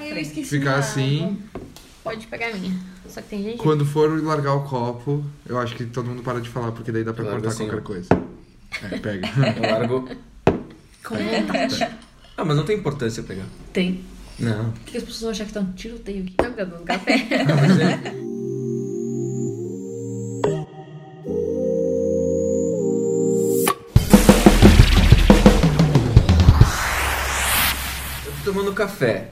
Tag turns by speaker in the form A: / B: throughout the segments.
A: eu esqueci.
B: Ficar
A: uma
B: assim.
A: água. Pode pegar a minha. Só que tem gente.
B: Quando for largar o copo, eu acho que todo mundo para de falar, porque daí dá pra
C: Eu largo
B: cortar
C: assim,
B: qualquer
C: ó.
B: coisa. É, pega.
C: Eu largo.
D: Com vontade.
C: Ah, mas não tem importância pegar.
D: Tem.
C: Não.
D: Por que as pessoas vão achar que tá um tiroteio aqui?
A: Não, porque eu tô no um café.
C: Mas é. Eu tô tomando café.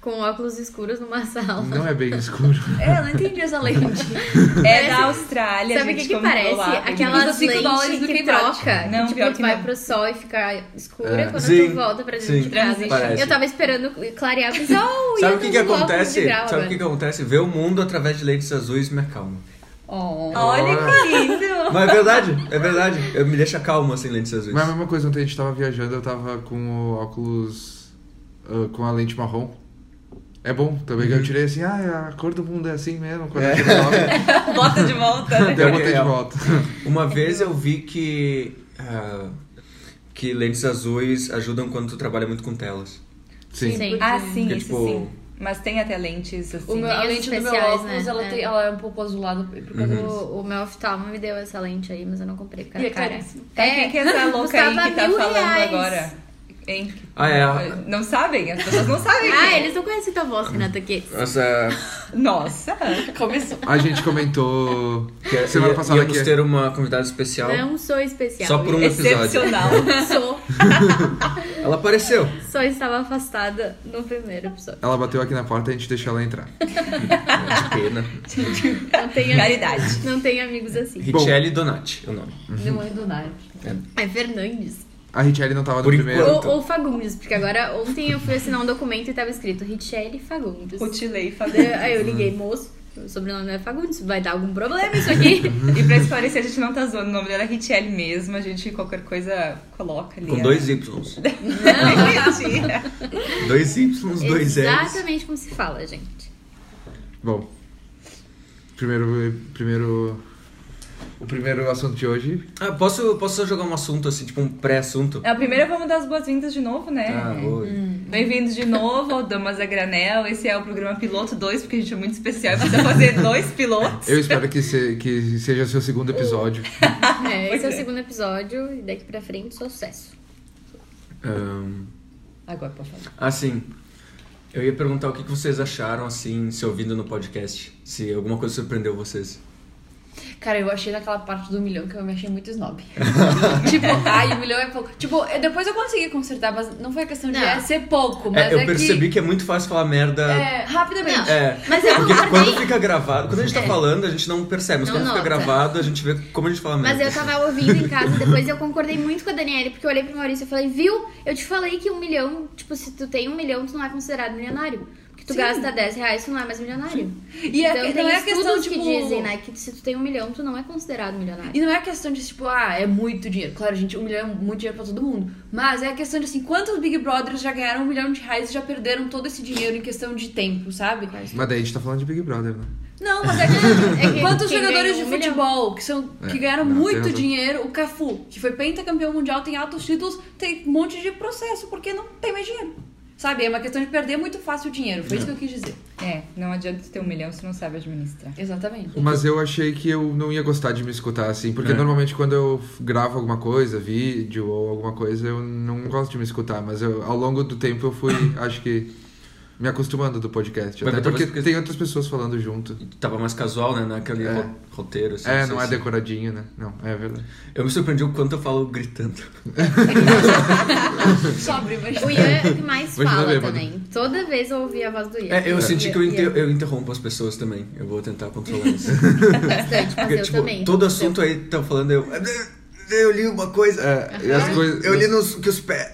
A: Com óculos escuros numa sala.
B: Não é bem escuro.
D: É, eu não entendi essa lente.
E: É da Austrália.
A: Sabe o que,
E: gente,
A: que
E: comprou
A: parece?
E: lá.
A: Aquelas
E: Custa cinco
A: lentes
E: dólares
A: do
E: no
A: que
E: Kmart.
A: troca.
E: Não,
A: tipo,
E: pior
A: tu
E: que
A: vai
E: não.
A: pro sol e fica escura.
B: É.
A: Quando
C: Sim.
A: tu volta pra
C: Sim.
A: dentro de casa.
C: Parece.
A: Eu tava esperando clarear. Pensei, oh,
C: Sabe
A: eu
C: o que
A: tô
C: que
A: com óculos de
C: acontece?
A: grau
C: Sabe o que
A: agora.
C: que acontece? Ver o mundo através de lentes azuis me acalma.
D: Oh.
E: Olha
B: Olha.
E: que lindo.
C: Mas é verdade, é verdade. Eu me deixa calmo assim, lentes azuis.
B: Mas é a mesma coisa, ontem a gente tava viajando, eu tava com o óculos ah, com a lente marrom. É bom também, que eu tirei assim, ah, a cor do mundo é assim mesmo, quando eu
C: Uhum. É.
B: tiro o óculos,
E: Bota de volta. né?
B: daí eu botei de
C: É.
B: volta.
C: Uma vez eu vi que ah, que lentes azuis ajudam quando tu trabalha muito com telas.
B: Sim.
A: Sim.
E: Ah, sim,
C: Porque,
E: isso
C: tipo,
E: sim. Mas tem até lentes assim.
D: O meu, a
A: Tem as
D: lente do meu
A: especiais,
D: óculos,
A: né?
D: ela,
A: É.
D: tem- ela é um pouco azulada por causa
C: Uhum.
D: do...
A: O, o meu oftalmo me deu essa lente aí, mas eu não comprei porque
D: E é
A: era cara.
D: caríssimo.
E: Tá, quem que é essa louca aí
A: custava
E: que tá
A: mil
E: falando
A: reais.
E: agora? Hein?
C: Ah, é.
E: Não sabem? As pessoas não sabem. é.
A: Ah, eles não conhecem tua voz, Renata, que
C: Essa
E: Nossa.
D: Começou.
B: A gente comentou
C: que é,
B: semana
C: ia-
B: passada
C: íamos
B: que
C: ter uma convidada especial.
A: não sou especial.
C: Só por um episódio.
E: Excepcional.
A: Eu sou.
C: Ela apareceu.
A: Só estava afastada no primeiro episódio.
B: ela bateu aqui na porta e a gente deixou ela entrar.
C: É, De pena.
A: Não tenho,
E: Caridade.
A: não tenho amigos assim.
C: Richelle Donati, é o nome.
D: Demônio do Nard.
A: É Fernandes.
B: A Richelle não tava no
C: Por
B: primeiro.
C: enquanto.
A: Ou, ou Fagundes, porque agora ontem eu fui assinar um documento e tava escrito Richelle Fagundes.
E: Rutilei
A: Daí-
E: fazendo.
A: Aí eu liguei, moço, o sobrenome não é Fagundes, vai dar algum problema isso aqui.
E: E pra esclarecer, a gente não tá zoando. O nome dela é Richelle mesmo. A gente qualquer coisa coloca ali. É
C: Com
E: né?
C: dois Ys.
E: Mentira.
C: Dois Ys, dois L's.
A: Exatamente como se fala, gente.
B: Bom, primeiro, primeiro, o primeiro assunto de hoje.
C: Ah, posso, posso só jogar um assunto assim, tipo um pré-assunto?
E: Ah, Primeiro vamos dar as boas-vindas de novo,
A: É.
E: né?
C: Ah, oi.
E: Bem-vindos de novo ao Damas a Granel. Esse é o programa piloto 2, porque a gente é muito especial. Precisa fazer dois pilotos.
B: Eu espero que, se, que seja seu segundo episódio.
A: É, esse é o
E: é.
A: segundo episódio e daqui pra frente sucesso. Hum.
C: Ahn,
E: Agora pode falar.
C: Assim, eu ia perguntar o que que vocês acharam, assim, se ouvindo no podcast. Se alguma coisa surpreendeu vocês.
D: Cara, eu achei naquela parte do milhão que eu me achei muito snob. tipo, ai, o milhão é pouco. Tipo, eu- depois eu consegui consertar, mas não foi questão de
A: Não.
D: é ser pouco, mas
C: É,
D: é,
C: eu percebi
D: que...
C: que... é muito fácil falar merda.
D: É, rapidamente.
C: É.
A: Mas eu
C: Porque
A: concordei.
C: quando fica gravado, quando a gente tá falando, a gente não percebe, mas
A: Não
C: quando fica
A: nota.
C: gravado, a gente vê como a gente fala
A: Mas
C: merda. assim.
A: eu tava ouvindo em casa e depois eu concordei muito com a Daniela, porque eu olhei pro Maurício e falei, viu? Eu te falei que um milhão, tipo, se tu tem um milhão, tu não é considerado milionário. Porque tu
E: Sim.
A: gasta 10 reais, tu não é mais milionário.
D: E é-
A: então
D: não
A: tem
D: é a
A: estudos
D: questão,
A: que
D: tipo-
A: dizem, né, que se tu tem um milhão, tu não é considerado milionário.
D: E não é questão de, tipo, ah, é muito dinheiro. Claro, gente, um milhão é muito dinheiro pra todo mundo. Mas é a questão de, assim, quantos Big Brothers já ganharam um milhão de reais e já perderam todo esse dinheiro em questão de tempo, sabe?
B: Mas daí a gente tá falando de Big Brother, né?
D: Não, mas é questão de
A: É que
D: quantos
A: quem
D: jogadores de
A: ganhou um milhão.
D: futebol que, são,
B: É,
D: que ganharam
B: não, tem
D: muito
B: razão.
D: dinheiro, o Cafu, que foi pentacampeão mundial, tem altos títulos, tem um monte de processo, porque não tem mais dinheiro. Sabe, é uma questão de perder muito fácil o dinheiro, foi isso que eu quis dizer.
E: É, não adianta tu ter um milhão se não sabe administrar.
D: Exatamente.
B: Mas eu achei que eu não ia gostar de me escutar assim, porque
C: É.
B: normalmente quando eu gravo alguma coisa, vídeo ou alguma coisa, eu não gosto de me escutar, mas eu, ao longo do tempo eu fui, acho que, me acostumando do podcast.
C: Mas
B: Até
C: talvez
B: porque
C: porque-
B: tem outras pessoas falando junto.
C: Tava mais casual, né? Naquele
B: É.
C: ro- roteiro, assim.
B: É,
C: sei
B: não é
C: se-
B: decoradinho, né? Não, é verdade.
C: Eu me surpreendi o quanto eu falo gritando.
D: Sobre, mas.
A: O Ian é o que mais
B: Hoje tá
A: fala
B: bêbado.
A: também. Toda vez eu ouvi a voz do Ian.
C: É, eu senti que eu,
A: Ian-
C: inter- eu interrompo as pessoas também. Eu vou tentar controlar isso.
A: Bastante, mas
C: Porque,
A: eu
C: tipo,
A: também.
C: todo assunto aí tá falando eu. Eu li uma coisa.
B: É, e as coisas-
C: Eu li nos, que os pés.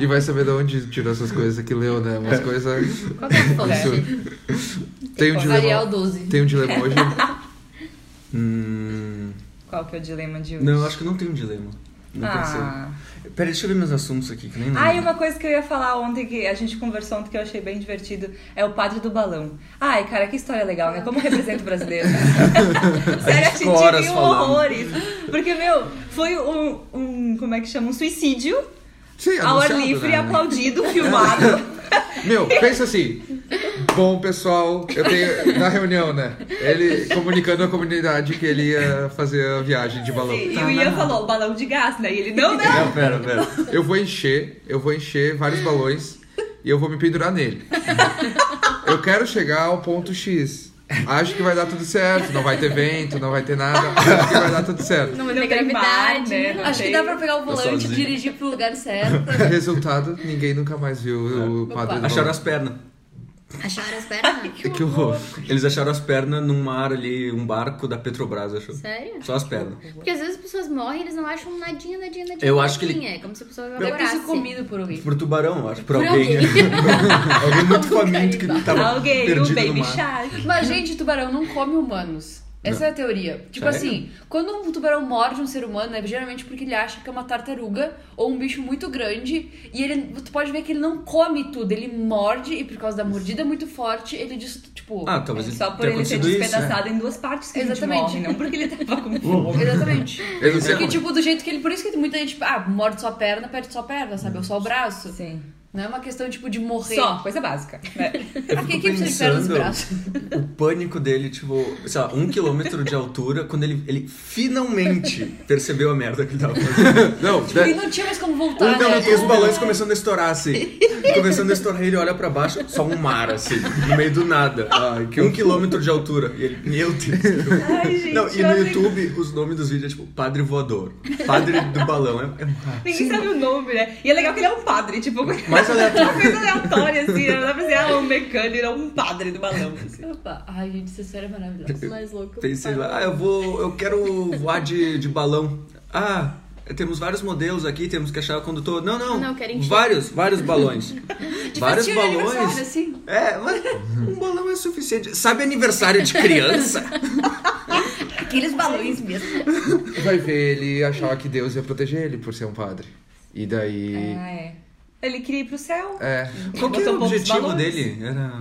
B: E vai saber de onde tirou essas coisas que leu, né? Umas coisas.
A: Qual que é a fonte?
B: absurdas. Tem um dilema.
D: Arial 12.
B: Tem um dilema hoje.
C: Hum,
E: Qual que é o dilema de hoje?
C: não, eu acho que não tem um dilema. Não
E: ah.
C: pensei. Peraí, deixa eu ver meus assuntos aqui, que nem lembro.
E: Ah, e uma coisa que eu ia falar ontem, que a gente conversou ontem, que eu achei bem divertido, é o padre do balão. Ai, cara, que história legal, né? Como representa o brasileiro. Sério, a gente
C: ficou horas
E: viu
C: falando.
E: horrores. Porque, meu, foi um, um- como é que chama? Um suicídio
B: Sim,
E: ao ar
B: anunciado,
E: livre,
B: né?
E: aplaudido, filmado.
B: Meu, pensa assim. Bom, pessoal, eu tenho. Na reunião, né? Ele comunicando à comunidade que ele ia fazer a viagem de balão.
C: Tá
E: E o Ian falou, balão de gás, né? E ele, não, não.
C: Não, pera, pera.
B: Eu vou encher, eu vou encher vários balões e eu vou me pendurar nele. Eu quero chegar ao ponto X. Acho que vai dar tudo certo, não vai ter vento, não vai ter nada. Acho que vai dar tudo certo.
A: Não vai
E: Não
A: ter
E: tem mar,
A: gravidade.
E: né? Não
D: Acho que
E: tem-
D: dá pra pegar o volante e
C: Tá sozinho.
D: dirigir pro lugar certo.
B: Resultado, ninguém nunca mais viu o
D: Opa.
B: padre do
C: Acharam
B: balão.
C: as pernas.
A: Acharam as pernas?
B: Que horror.
C: Eles acharam as pernas num mar ali, um barco da Petrobras, achou.
A: Sério?
C: Só as pernas.
A: Porque às vezes as pessoas morrem e eles não acham nadinha, nadinha, nadinha.
C: Eu acho que
A: nadinha. É como se a pessoa
D: Deve ter
A: evaporasse.
D: sido comido por alguém.
C: Por tubarão, eu acho.
A: Por
C: Por, alguém.
A: alguém.
C: alguém muito faminto que tava
E: Alguém, Tá, o
C: perdido no
E: Baby
C: mar.
E: Shark.
D: Mas, gente, tubarão não come humanos. Essa é a teoria. Tipo
C: Sério?
D: assim, quando um tubarão morde um ser humano, é geralmente porque ele acha que é uma tartaruga ou um bicho muito grande. E ele, tu pode ver que ele não come tudo, ele morde e por causa da mordida muito forte, ele diz, tipo.
C: Ah, talvez ele
E: Só por
C: tenha
E: ele ser
C: acontecido isso. né?
E: despedaçado em duas partes que
D: Exatamente.
E: a gente morre, não porque ele tava com fome.
D: Exatamente.
B: Eu não sei
D: Porque,
B: como-
D: tipo, do jeito que ele. Por isso que muita gente, tipo, ah, morde só a perna, perde só a perna, sabe? Ou só o braço.
E: Sim.
D: Não é uma questão, tipo, de morrer.
E: Só, coisa básica. né?
C: Eu
D: Ah,
C: fico
D: quem que precisa de pernas e
C: pensando
D: braços?
C: O pânico dele, tipo, sei lá, um quilômetro de altura, quando ele, ele finalmente percebeu a merda que ele tava fazendo.
B: Não, né?
D: E
B: de-
D: não tinha mais como voltar,
C: Não,
D: né?
C: e os balões começando a estourar, assim. Começando a estourar, ele olha pra baixo, só um mar, assim, no meio do nada.
B: Ai, que
C: um
B: horror.
C: quilômetro de altura. E ele, meu Deus.
E: Ai, gente,
C: Não, e no
E: olha,
C: YouTube, os nomes dos vídeos é tipo Padre Voador, Padre do Balão. É, é
E: Ninguém sabe o nome, né? E é legal que ele é um padre, tipo,
C: mais
E: uma
C: aleatório.
E: coisa aleatória, assim, né? não dá pra dizer, ah, é um mecânico, é um padre do balão. assim.
D: né? Opa. Ai, gente, essa série é maravilhosa.
A: Mais louco.
C: Pensei lá, ah, eu vou, eu quero voar de, de balão. Ah, temos vários modelos aqui, temos que achar o condutor. Não, não,
A: Não, quero encher.
C: vários, vários balões.
D: Tipo,
C: vários
D: festinha de
C: balões.
D: aniversário, assim.
C: É, mas um balão é suficiente. Sabe aniversário de criança?
D: Aqueles balões mesmo.
B: vai ver, ele achava que Deus ia proteger ele por ser um padre. E daí.
E: Ah, é. Ele queria ir pro céu.
B: É.
C: Qual que era
E: Botou
C: o
E: poucos
C: objetivo
E: balões.
C: dele? Era...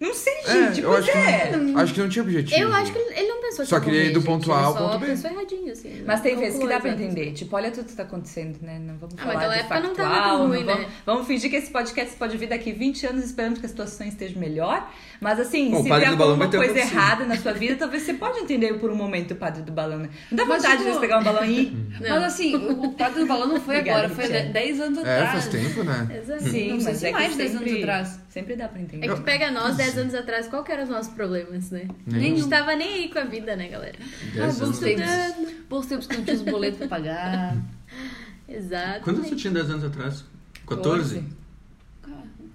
E: Não sei,
B: É,
E: gente,
B: eu
E: pois
B: acho,
E: é.
B: que não, acho que não tinha objetivo.
A: Eu acho que ele ele não pensou
B: Só
A: que
B: queria ir do
A: gente,
B: ponto A ao
A: ele só
B: ponto B.
A: pensou erradinho, assim.
E: Mas tem vezes que dá pra
A: Calculou,
E: entender. Tipo, olha tudo que tá acontecendo, né? Não vamos
A: Ah, mas
E: falar
A: naquela
E: de
A: época não tá
E: factual,
A: muito ruim,
E: vamos,
A: né?
E: vamos fingir que esse podcast pode vir daqui 20 anos esperando que a situação esteja melhor. Mas assim,
C: Bom, o
E: se
C: padre
E: der
C: do balão
E: alguma
C: vai ter
E: coisa
C: acontecido.
E: errada na sua vida, talvez você pode entender por um momento o padre do balão, né? Não dá
D: Mas,
E: vontade
D: tipo,
E: de você pegar um balão e ir.
D: Mas assim, o o quadro do balão não foi
E: Obrigada,
D: agora, foi
E: Cristiane.
D: 10 anos atrás.
B: É, faz tempo, né?
A: Exato.
E: Sim,
D: Não sei
E: mas
D: se
E: é que
D: mais de 10 anos
E: sempre-
D: atrás.
E: Sempre dá pra entender.
A: É que tu pega nós 10 anos atrás, qual que eram os nossos problemas, né? A gente tava nem aí com a vida, né, galera?
D: Ah,
C: Dez
D: bons
C: anos
D: tempos.
C: atrás.
D: Bons tempos que não tinha os boletos pra pagar.
A: Exato.
C: Quantos você tinha 10 anos atrás? 14?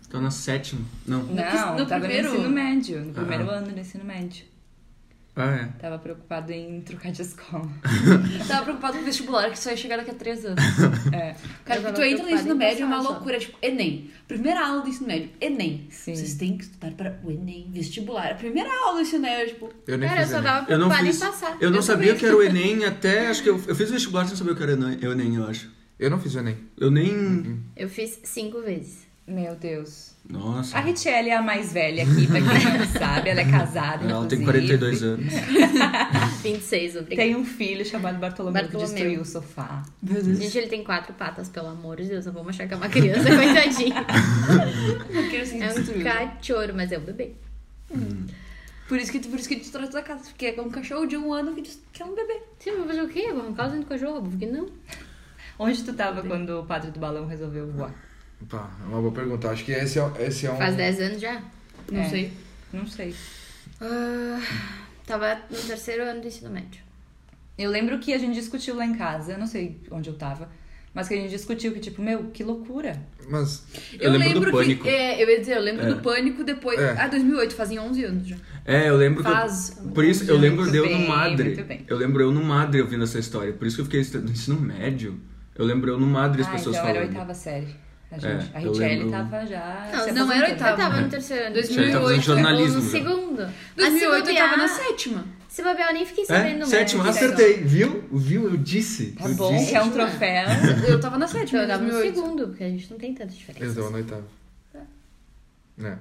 C: Tô na sétima. Não.
E: Não,
D: no
E: tava
D: primeiro-
E: no ensino médio. No primeiro
C: Ah.
E: ano do ensino médio.
C: Ah, é.
E: Tava preocupado em trocar de escola.
D: Tava preocupado com o vestibular, que só ia chegar daqui a 3 anos.
E: É.
A: Eu
D: Cara, porque
A: tava
D: tu entra no
A: preocupada
D: ensino
A: em
D: médio é uma
A: passar, só.
D: loucura, tipo, Enem. Primeira aula do ensino médio, Enem.
E: Sim.
D: Vocês têm que estudar para o Enem, vestibular. É A primeira aula do ensino médio, tipo,
B: Eu nem
A: Cara, eu
B: fiz.
A: só
B: Enem.
A: tava
C: Eu não
A: preocupada
C: fiz.
A: em passar.
C: Eu
A: também.
C: não sabia que era o Enem até. Acho que eu, eu fiz o vestibular sem saber o que era Enem- Enem, eu acho.
B: Eu não fiz o Enem.
C: Eu nem.
A: Eu fiz cinco vezes.
E: Meu Deus.
C: Nossa.
E: A Richelle é a mais velha aqui, pra quem não sabe. Ela é casada,
C: Ela tem
E: inclusive.
C: 42 anos.
A: 26, obrigada.
E: Tem um filho chamado Bartolomeu,
A: Bartolomeu.
E: que destruiu o sofá.
D: meu Deus.
A: Gente, ele tem quatro patas, pelo amor de Deus. Não vamos achar que é uma criança, coitadinho.
D: Eu quero ser
A: É um
D: destruída.
A: cachorro, mas é um bebê.
D: Por isso que tu, por isso que tu trouxe da casa, porque é um cachorro de um ano que, diz que é um bebê.
A: Você vai fazer o quê? Vou arrancar o dentro do cachorro? Porque não.
E: Onde tu tava quando o padre do balão resolveu voar?
B: Pá, é uma boa pergunta. Acho que esse é, esse é um.
A: Faz 10 anos já.
D: Não
E: É.
D: sei.
E: Não sei.
A: Ah, tava no terceiro ano do ensino médio.
E: Eu lembro que a gente discutiu lá em casa, eu não sei onde eu tava, mas que a gente discutiu que, tipo, meu, que loucura.
B: Mas.
C: Eu lembro do Pânico.
D: que. É, eu ia dizer, eu lembro
C: É.
D: do pânico depois.
B: É.
D: Ah, 2008, fazem 11 anos já.
C: É, eu lembro que. eu-
D: Faz.
C: por isso, eu lembro
E: um Muito
C: de eu
E: bem,
C: no Madre.
E: muito bem.
C: Eu lembro eu no Madre ouvindo essa história. Por isso que eu fiquei estudando no ensino médio. Eu lembro eu no Madre as
E: ah,
C: pessoas
E: então era a
C: falando.
E: oitava série. A, gente.
C: É,
E: a
C: eu
E: Richelle
C: lembro-
E: tava já.
A: Não,
E: se
D: não era
E: aposentando.
D: oitava.
A: Eu tava no terceiro ano.
D: Dois-
C: Já tava fazendo
D: 2008,
A: Ou
C: jornalismo.
A: no
C: já.
A: segundo. Mas
D: 2008
A: se
D: eu tava na
A: bobear-
D: sétima.
A: Se bobear, eu nem fiquei sabendo
C: É,
A: mais.
C: sétima,
A: Então,
C: acertei. Viu? Viu? Eu disse.
E: Tá
C: eu
E: bom,
C: disse.
E: que é um troféu.
D: Eu tava na
A: Então,
D: sétima,
A: eu
D: em
A: tava no
D: 2008.
A: segundo, porque a gente não tem tanta diferença.
B: Eu tava na oitava. É.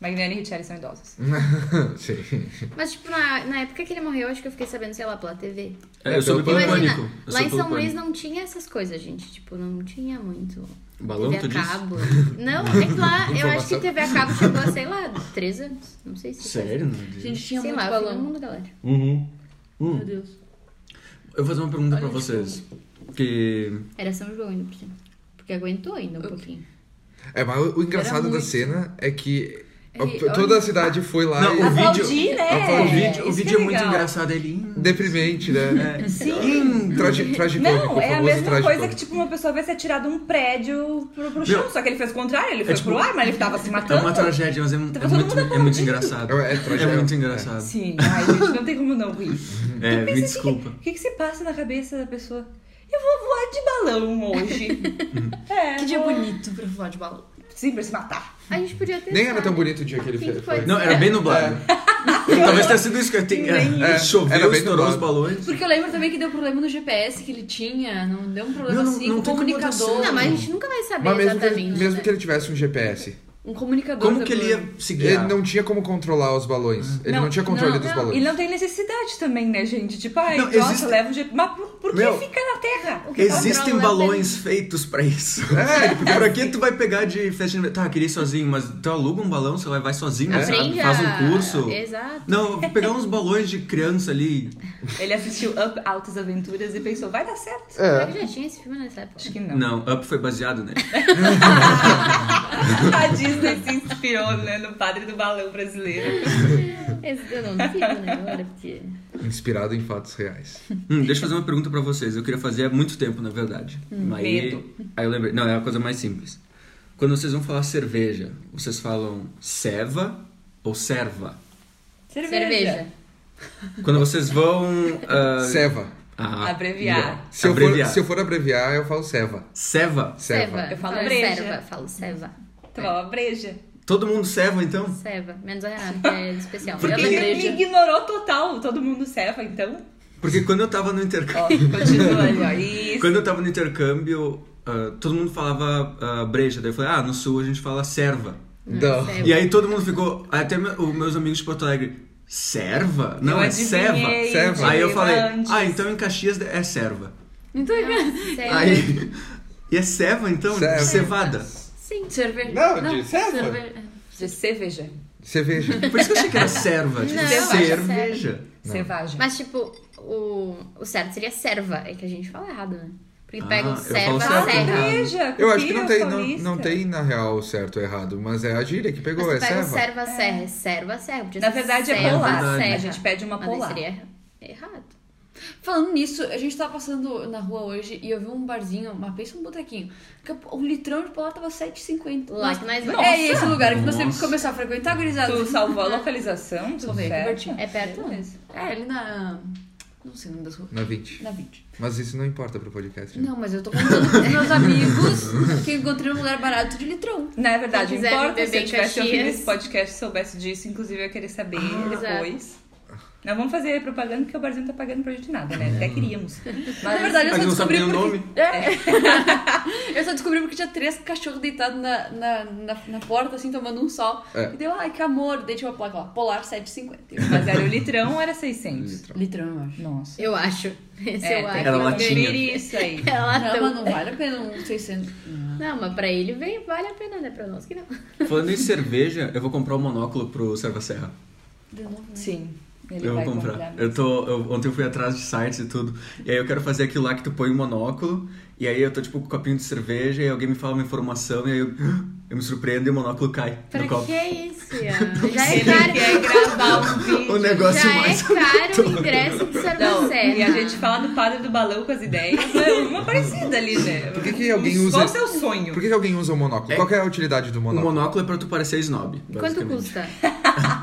E: Magnani e Richelle são idosos.
B: Sim.
A: Mas, tipo, na, na época que ele morreu, acho que eu fiquei sabendo, sei lá, pela TV.
C: É, eu soube pelo
A: Imagina,
C: pânico. Eu
A: lá
C: soube
A: em
C: pelo
A: São Luís
C: Pânico.
A: não tinha essas coisas, gente. Tipo, não tinha muito.
C: Balão, tu
A: TV a
C: disse?
A: cabo. Não, é que lá, eu acho que
B: Informação.
A: TV a cabo chegou a, sei lá, três anos. Não sei se.
C: Sério, meu Deus.
D: A gente tinha
A: Sei
D: muito
A: lá, eu fui no
D: balão.
A: mundo da hora.
C: Uhum.
D: Meu Deus.
C: Eu vou fazer uma pergunta
D: Olha
C: pra
D: onde
C: vocês. Que.
A: Era São João ainda por cima. Porque aguentou ainda um pouquinho.
B: É, mas o- o engraçado da
D: muito.
B: cena é que
D: É,
B: a- toda a cidade foi lá
C: Não,
B: e...
C: o vídeo.
E: Aplaudir, né?
C: o vídeo, o
E: Isso que
C: vídeo é, muito
E: legal.
C: engraçado. Ele. "Hum,
B: é deprimente, né?
C: é,
E: Sim. Tá
C: hum,
B: Tragi, tragicômico,
E: Não,
B: o
E: é a
B: famoso
E: mesma
B: tragicômico.
E: coisa que, tipo, uma pessoa vê ser atirada de um prédio pro, pro chão.
C: Não.
E: Só que ele fez o contrário, ele foi
C: tipo-
E: pro ar, mas ele tava se
C: É
E: matando.
C: uma tragédia, mas é, mu-
E: Tava
C: é
E: tá todo
C: muito,
E: mundo
C: é muito engraçado.
B: É, é tragédia.
C: muito engraçado.
E: Sim, ai, gente, não tem como não rir.
C: É,
E: Eu pensei, assim,
C: me desculpa.
E: O que, que se passa na cabeça da pessoa? Eu vou voar de balão hoje. é,
D: Que dia
E: vou-
D: bonito pra voar de balão.
E: Sim, pra se matar.
A: A gente podia ter.
B: Nem era tão bonito o dia que ele
A: Quem que
B: fez.
A: foi?
B: foi.
C: Não, era bem nublado.
A: É.
C: Talvez tenha sido isso que eu tenha.
B: É, era
C: Choveu,
B: bem
C: estourou os
B: nublado.
C: balões.
D: Porque eu lembro também que deu problema no GPS que ele tinha, não deu um problema
C: Não, não-
D: assim
C: não
D: com
C: tem
D: o
C: como dar
D: comunicador.
C: certo.
A: Não, mas a gente nunca vai saber
B: Mas mesmo que,
A: exatamente.
B: ele, mesmo
A: né?
B: que ele tivesse um GPS,
D: Um comunicador.
C: Como
D: deu
C: que ele
D: problema.
C: ia seguir?
B: ele não tinha como controlar os balões. Ele não,
E: Não,
B: tinha controle
D: não,
B: dos
D: não.
B: balões.
E: E não tem necessidade também, né, gente? Tipo, ai,
C: Não,
E: nossa,
C: existe-
E: leva um jeito. Mas por, por que
C: Meu,
E: fica na Terra?
A: O que
C: Existem
A: controla é
C: balões feitos pra isso.
B: É, ele
C: Pra que tu vai pegar de festa de... Tá, queria ir sozinho, mas tu aluga um balão, sei lá, vai sozinho,
B: É.
C: sabe?
A: Aprende
C: Faz
A: a-
C: um curso.
A: Exato.
C: Não, vou pegar uns balões de criança ali.
E: Ele assistiu Up Altas Aventuras e pensou, vai dar certo.
A: Será
B: É.
A: que já tinha esse filme nessa época?
E: Acho que não.
C: Não, Up foi baseado nele.
E: A Disney se inspirou, né, no padre do balão brasileiro.
A: Esse, eu não duvido, né? Agora, porque.
B: Inspirado em fatos reais.
C: Hum, deixa eu fazer uma pergunta pra vocês. Eu queria fazer há muito tempo, na verdade. Mas
E: Hum, medo.
C: Aí eu lembrei. Não, é a coisa mais simples. Quando vocês vão falar cerveja, vocês falam ceva ou serva?
A: Cerveja.
C: Quando vocês vão. ah,
B: Seva.
C: ah,
E: Abreviar.
C: não.
B: Se eu, for,
C: Abreviar.
B: se eu for abreviar, eu falo Seva.
C: Ceva.
B: Seva.
E: Eu falo breja.
A: serva. Falo serva.
E: Então, ó, breja.
C: Todo mundo ceva, então?
A: Serva. Menos a Renata, que é especial.
C: Por
A: Ela
C: que
E: Ele
A: é
C: que-
A: breja.
E: me ignorou total. Todo mundo serva, então.
C: Porque quando eu tava no intercâmbio.
E: Ó, continua ali, ó. Isso.
C: Quando eu tava no intercâmbio, ah, todo mundo falava ah, breja. Daí eu falei, ah, no sul a gente fala serva.
B: Não.
E: É.
A: serva.
C: E aí todo mundo ficou, até me, os meus amigos de Porto Alegre, serva? Não, é serva.
E: adivinhei,
B: Serva.
C: Aí eu falei,
E: antes.
C: ah, então em Caxias é serva.
D: Então,
A: Serva.
C: Aí. E é serva então?
B: Serva.
C: Cevada.
A: Sim.
D: cerveja.
B: Não, de serva.
D: cerveja.
E: De é cerveja.
B: Cerveja.
C: Por isso que eu achei que era serva. Tipo,
A: Não, eu acho
C: cerveja.
E: Cerveja.
A: Mas, tipo, o, o certo seria serva. É que a gente fala errado, né? Porque tu
C: Ah,
A: pega um
C: eu
A: serva,
C: falo
E: Ah,
C: certo. né?
A: serra.
E: breja.
B: Eu acho que não
E: cupira,
B: tem, não,
E: paulista.
B: não tem, na real, o certo ou errado, mas é a gíria que pegou,
A: Mas tu
B: é
A: pega um
B: Seva.
A: serva, serra. É serva, serra. Podia
E: Na
A: ser
E: verdade, é
A: serva,
E: polar.
A: serra.
E: A gente pede uma
A: Mas daí
E: polar.
A: seria erra- errado.
D: Falando nisso, a gente tava passando na rua hoje e eu vi um barzinho, uma pensa um botequinho. que O litrão de polar tava 7,50.
A: Lá que nós vamos.
D: É esse lugar que nós temos que
C: Nossa.
D: começar a frequentar, gurizada.
E: Tu salvou a localização? Tudo
D: Salvei,
E: certo?
D: Robertinho.
A: É perto?
D: É, ali na. Não sei o nome das ruas.
B: Na 20.
D: Na 20.
B: Mas isso não importa pro
C: É.
B: podcast. né?
D: Não, mas eu tô contando pros meus amigos que eu encontrei um lugar barato de litrão.
E: Na é verdade,
A: Quem
E: não
A: quiser
E: importa
A: beber
E: se eu
A: em
E: tivesse ouvido
A: Caxias. Ah,
E: esse podcast e soubesse disso, inclusive eu ia querer saber
A: exato.
E: depois. Não vamos fazer propaganda porque o Brasil não tá pagando pra gente nada, né? Até queríamos. Mas,
D: Na verdade, eu
C: Mas
D: só
C: É, não sabe
D: descobri
C: nem o
D: porque...
C: nome.
D: É. eu só descobri porque tinha três cachorros deitados na, na, na, na porta, assim, tomando um sol.
B: É.
D: E deu, ai, que amor. tipo, Daí tinha uma placa lá, Polar 750.
E: mas era o litrão ou era 600?
D: Litrão, eu acho.
E: Nossa.
A: Eu acho. Esse
E: É,
A: eu
E: tem
A: acho.
E: que
C: Era
E: conferir
C: latinha.
E: isso aí.
A: É
D: Não,
A: latão.
D: mas não vale a pena um 600.
A: Não, mas pra ele vem, vale a pena, né? Pra nós que não.
C: Falando em cerveja, eu vou comprar um monóculo pro Serva Serra.
D: De novo, né?
E: Sim, ele
C: eu
E: vai
C: vou comprar.
E: mesmo.
C: Eu tô, eu- ontem eu fui atrás de sites e tudo. E aí eu quero fazer aquilo lá que tu põe um monóculo. E aí eu tô tipo com um copinho de cerveja. E alguém me fala uma informação. E aí eu, eu me surpreendo e o monóculo cai
A: Pra
C: no copo.
A: que isso? Ian? Já é
E: Ele
A: caro.
E: quer gravar um vídeo.
C: O negócio
A: Já
C: mais.
A: é caro o ingresso de
E: Não,
A: Serva Serra.
E: e a gente fala do padre do balão com as ideias, é uma parecida ali, né?
B: Por que que alguém usa-
E: Qual é o seu sonho?
B: Por que, que alguém usa o monóculo?
C: É-
B: Qual que é a utilidade do
C: O
B: monóculo?
C: monóculo é pra tu parecer snob.
A: Quanto
C: basicamente.
A: custa?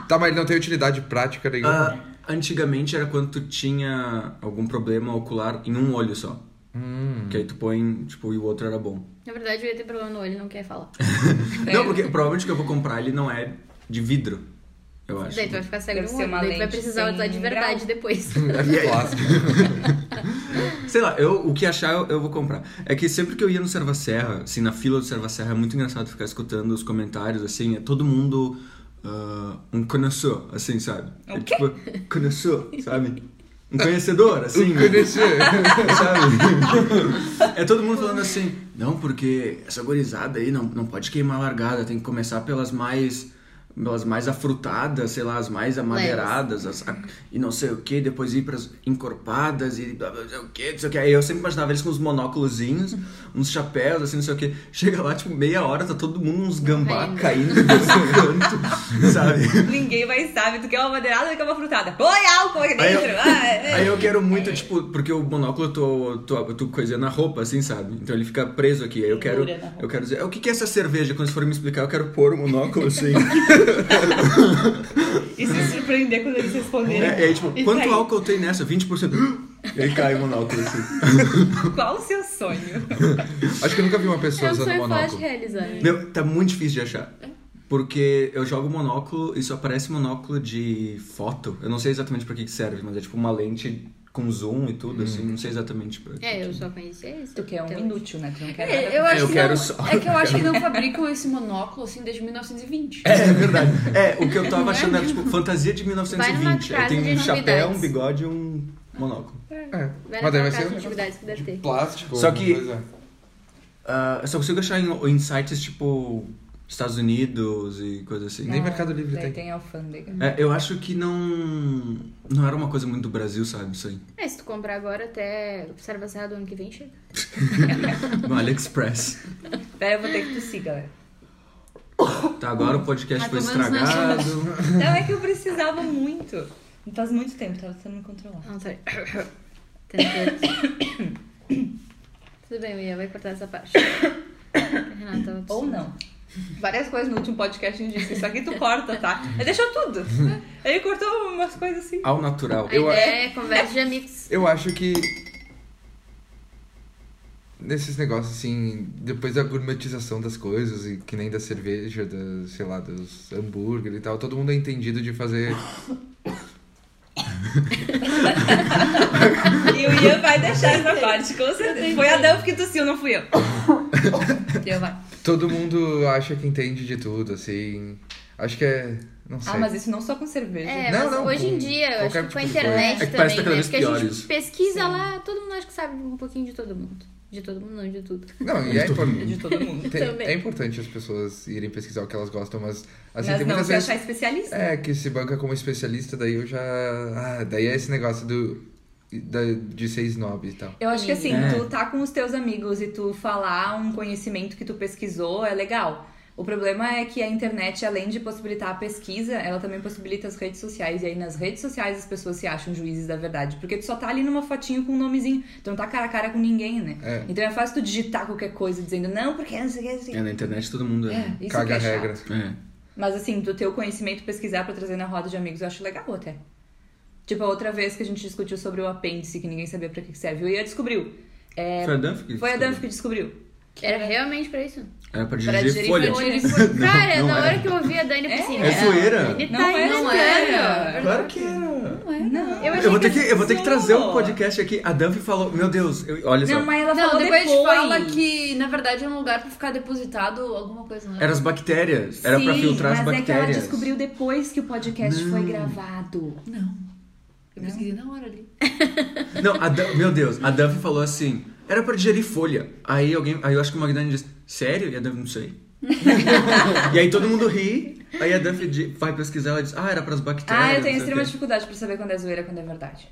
B: Tá, mas ele não tem utilidade prática nenhuma.
C: Ah, antigamente era quando tu tinha algum problema ocular em um olho só. Que aí tu põe, tipo, e o outro era bom.
A: Na verdade, eu ia ter problema no olho, não quer falar. É.
C: Não, porque provavelmente o que eu vou comprar ele não é de vidro. Eu acho.
A: Daí tu vai ficar cego
E: Deve
A: no
E: ser
A: olho,
E: uma
A: daí tu vai
E: lente
A: precisar
E: sem
A: usar de verdade
E: grau.
A: depois.
B: É plástico.
C: Sei lá, eu, o que achar eu, eu vou comprar. É que sempre que eu ia no Serva Serra, assim, na fila do Serva Serra, é muito engraçado ficar escutando os comentários, assim, é todo mundo ah, um conhecedor, assim, sabe? É
E: O quê?
C: tipo,
B: Um
C: né? conhecedor, sabe? Um conhecedor, assim,
B: Conhecer.
C: sabe? É todo mundo falando assim, não, porque essa gorizada aí não, não pode queimar a largada, tem que começar pelas mais. Pelas mais afrutadas, sei lá, as mais amadeiradas, as- a- e não sei o que, depois ir pras encorpadas e blá, blá, não sei o que, não sei o que. Aí eu sempre imaginava eles com uns monóculozinhos, uns chapéus, assim, não sei o que. Chega lá, tipo, meia hora, tá todo mundo uns gambá
A: Caindo.
C: caindo desse canto, sabe?
E: Ninguém mais sabe do que é uma madeirada do que é uma frutada. Põe álcool aqui
C: Aí eu,
E: dentro. Ah, é, é.
C: aí eu quero muito, tipo, porque o monóculo eu tô, tô, tô coisando na roupa, assim, sabe? Então ele fica preso aqui. Aí eu quero,
D: Pendura na roupa.
C: eu quero dizer, o que que é essa cerveja? Quando eles forem me explicar, eu quero pôr o monóculo assim.
E: E se surpreender quando eles responderem.
C: É, e aí, tipo,
E: Isso
C: quanto
E: aí.
C: álcool tem nessa? 20%. E aí cai o monóculo assim.
E: Qual o seu sonho?
B: Acho que eu nunca vi uma pessoa
A: É um
B: usando
A: sonho fácil de
B: monóculo.
A: realizar. né?
C: Meu, tá muito difícil de achar. Porque eu jogo monóculo e só aparece monóculo de foto. Eu não sei exatamente pra que que serve, mas é tipo uma lente com zoom e tudo, assim. Não sei exatamente pra
A: É, eu só conheci esse.
E: Tu quer um
A: Então,
E: inútil, né? Tu não quer nada.
D: É, eu acho
C: Eu
D: que
C: quero
D: não,
C: só-
D: é que eu acho que não fabricam esse monóculo assim desde 1920.
C: É verdade. É, o que eu tava achando era tipo fantasia de
A: Vai
C: 1920.
A: numa
C: Aí tem
A: casa
C: um
A: de
C: chapéu, um
A: novidades.
C: bigode e um monóculo.
B: É,
A: Vai
B: mas deve
A: naquela casa
B: ser
A: de
B: um negócio
A: atividades que deve ter.
B: plástico.
C: Só
B: alguma
C: que-
B: coisa.
C: Ah, eu só consigo achar em, em sites tipo Estados Unidos e coisa assim.
B: Nem Mercado Livre
E: Daí
B: tem.
E: Tem alfândega.
C: É, eu acho que não. Não era uma coisa muito do Brasil, sabe? Isso aí.
A: É, se tu comprar agora até Observa Serra do ano que vem, chega.
C: No AliExpress.
E: Daí eu vou ter que tossir, galera.
C: Tá, agora o podcast
D: Ah,
C: foi
D: pelo menos não é
C: estragado.
E: Não, é que eu precisava muito. Faz muito tempo, tava tentando me controlar.
A: Ah, Não, sorry. Tentando. Tudo bem, Mia, vai cortar essa parte. Renata, tava
E: Ou
A: precisando.
E: não. Várias coisas no último podcast a gente disse. Isso aqui tu corta, tá? Ele deixou tudo. Ele cortou umas coisas assim.
C: Ao natural.
A: A
B: Eu
A: ideia é conversa de amigos.
B: Eu acho que. Nesses negócios assim, depois da gourmetização das coisas, e que nem da cerveja, da, sei lá, dos hambúrguer e tal, todo mundo é entendido de fazer.
E: E o Ian vai deixar essa parte, com certeza. Foi a Delphi que tossiu, não fui eu.
C: Tá
D: Então vai.
B: Todo mundo acha que entende de tudo, assim. Acho que é. Não sei.
E: Ah, mas isso não só com cerveja.
A: É,
B: Não,
A: mas
B: não,
A: hoje
B: com
A: em dia, eu acho
B: qualquer
A: que com a
B: tipo de coisa.
A: internet
C: É que parece
A: também,
C: que tá cada
A: né?
C: vez
A: Porque a
C: pior
A: gente
C: isso.
A: pesquisa lá, todo mundo acho que sabe um pouquinho de todo mundo. De todo mundo, não, de tudo.
B: Não, e é, impor-
E: De todo mundo.
B: tem-
A: Também.
B: é importante as pessoas irem pesquisar o que elas gostam, mas assim, tem
E: mas não,
B: muitas
E: se
B: vezes.
E: achar né? especialista.
B: É, que se banca como especialista, daí eu já. Ah, daí é esse negócio do. Da, de ser snob e tal.
E: Eu acho que assim,
C: É.
E: tu tá com os teus amigos e tu falar um conhecimento que tu pesquisou é legal. O problema é que a internet, além de possibilitar a pesquisa, ela também possibilita as redes sociais. E aí nas redes sociais as pessoas se acham juízes da verdade. Porque tu só tá ali numa fotinho com um nomezinho. Tu não tá cara a cara com ninguém, né?
B: É.
E: Então é fácil tu digitar qualquer coisa dizendo, não, porque não sei o que, não sei o
C: É, na internet todo mundo
E: que. É,
C: é.
E: isso
B: Caga
E: que é
B: a
E: chato.
B: regra.
C: É.
E: Mas assim, do teu conhecimento pesquisar pra trazer na roda de amigos, eu acho legal até. Tipo, a outra vez que a gente discutiu sobre o apêndice, que ninguém sabia pra que que serve. O Ian descobriu. É,
C: Foi a Danf que
E: foi a
C: descobriu.
E: Danf que descobriu.
A: Era realmente pra isso.
C: Era pra
E: Pra
C: dirigir
E: dirigir
C: folha.
E: folha.
A: Cara,
C: não
A: na hora
C: era.
A: que eu ouvi a Dani, eu pensei,
C: É zoeira.
A: Ele tá
E: Não era,
A: enganando.
E: não era.
C: Claro que era.
E: Não.
A: Eu achei
C: Eu vou, ter que, eu vou ter que trazer
E: Não.
C: um podcast aqui. A Dumpy falou, meu Deus, eu- olha só.
E: Não, mas ela
D: Não,
E: falou
D: depois,
E: depois.
D: a gente fala que na verdade é um lugar pra ficar depositado alguma coisa, não é?
C: Era as bactérias. Era pra
E: Sim,
C: filtrar as
E: mas é que
C: bactérias.
E: ela descobriu depois que o podcast foi gravado.
C: É.
D: Não. Eu pesquisei na hora ali.
C: Não, a Dan- meu Deus, a Duff falou assim: era pra digerir folha. Aí alguém, aí eu acho que o Magnani disse: sério? E a Duff, não sei. e aí todo mundo ri. Aí a Duff di- vai pesquisar, ela diz: ah, era pras bactérias.
E: Ah, eu
C: não
E: tenho
C: sei o
E: extrema
C: quê."
E: dificuldade pra saber quando é zoeira e quando é verdade.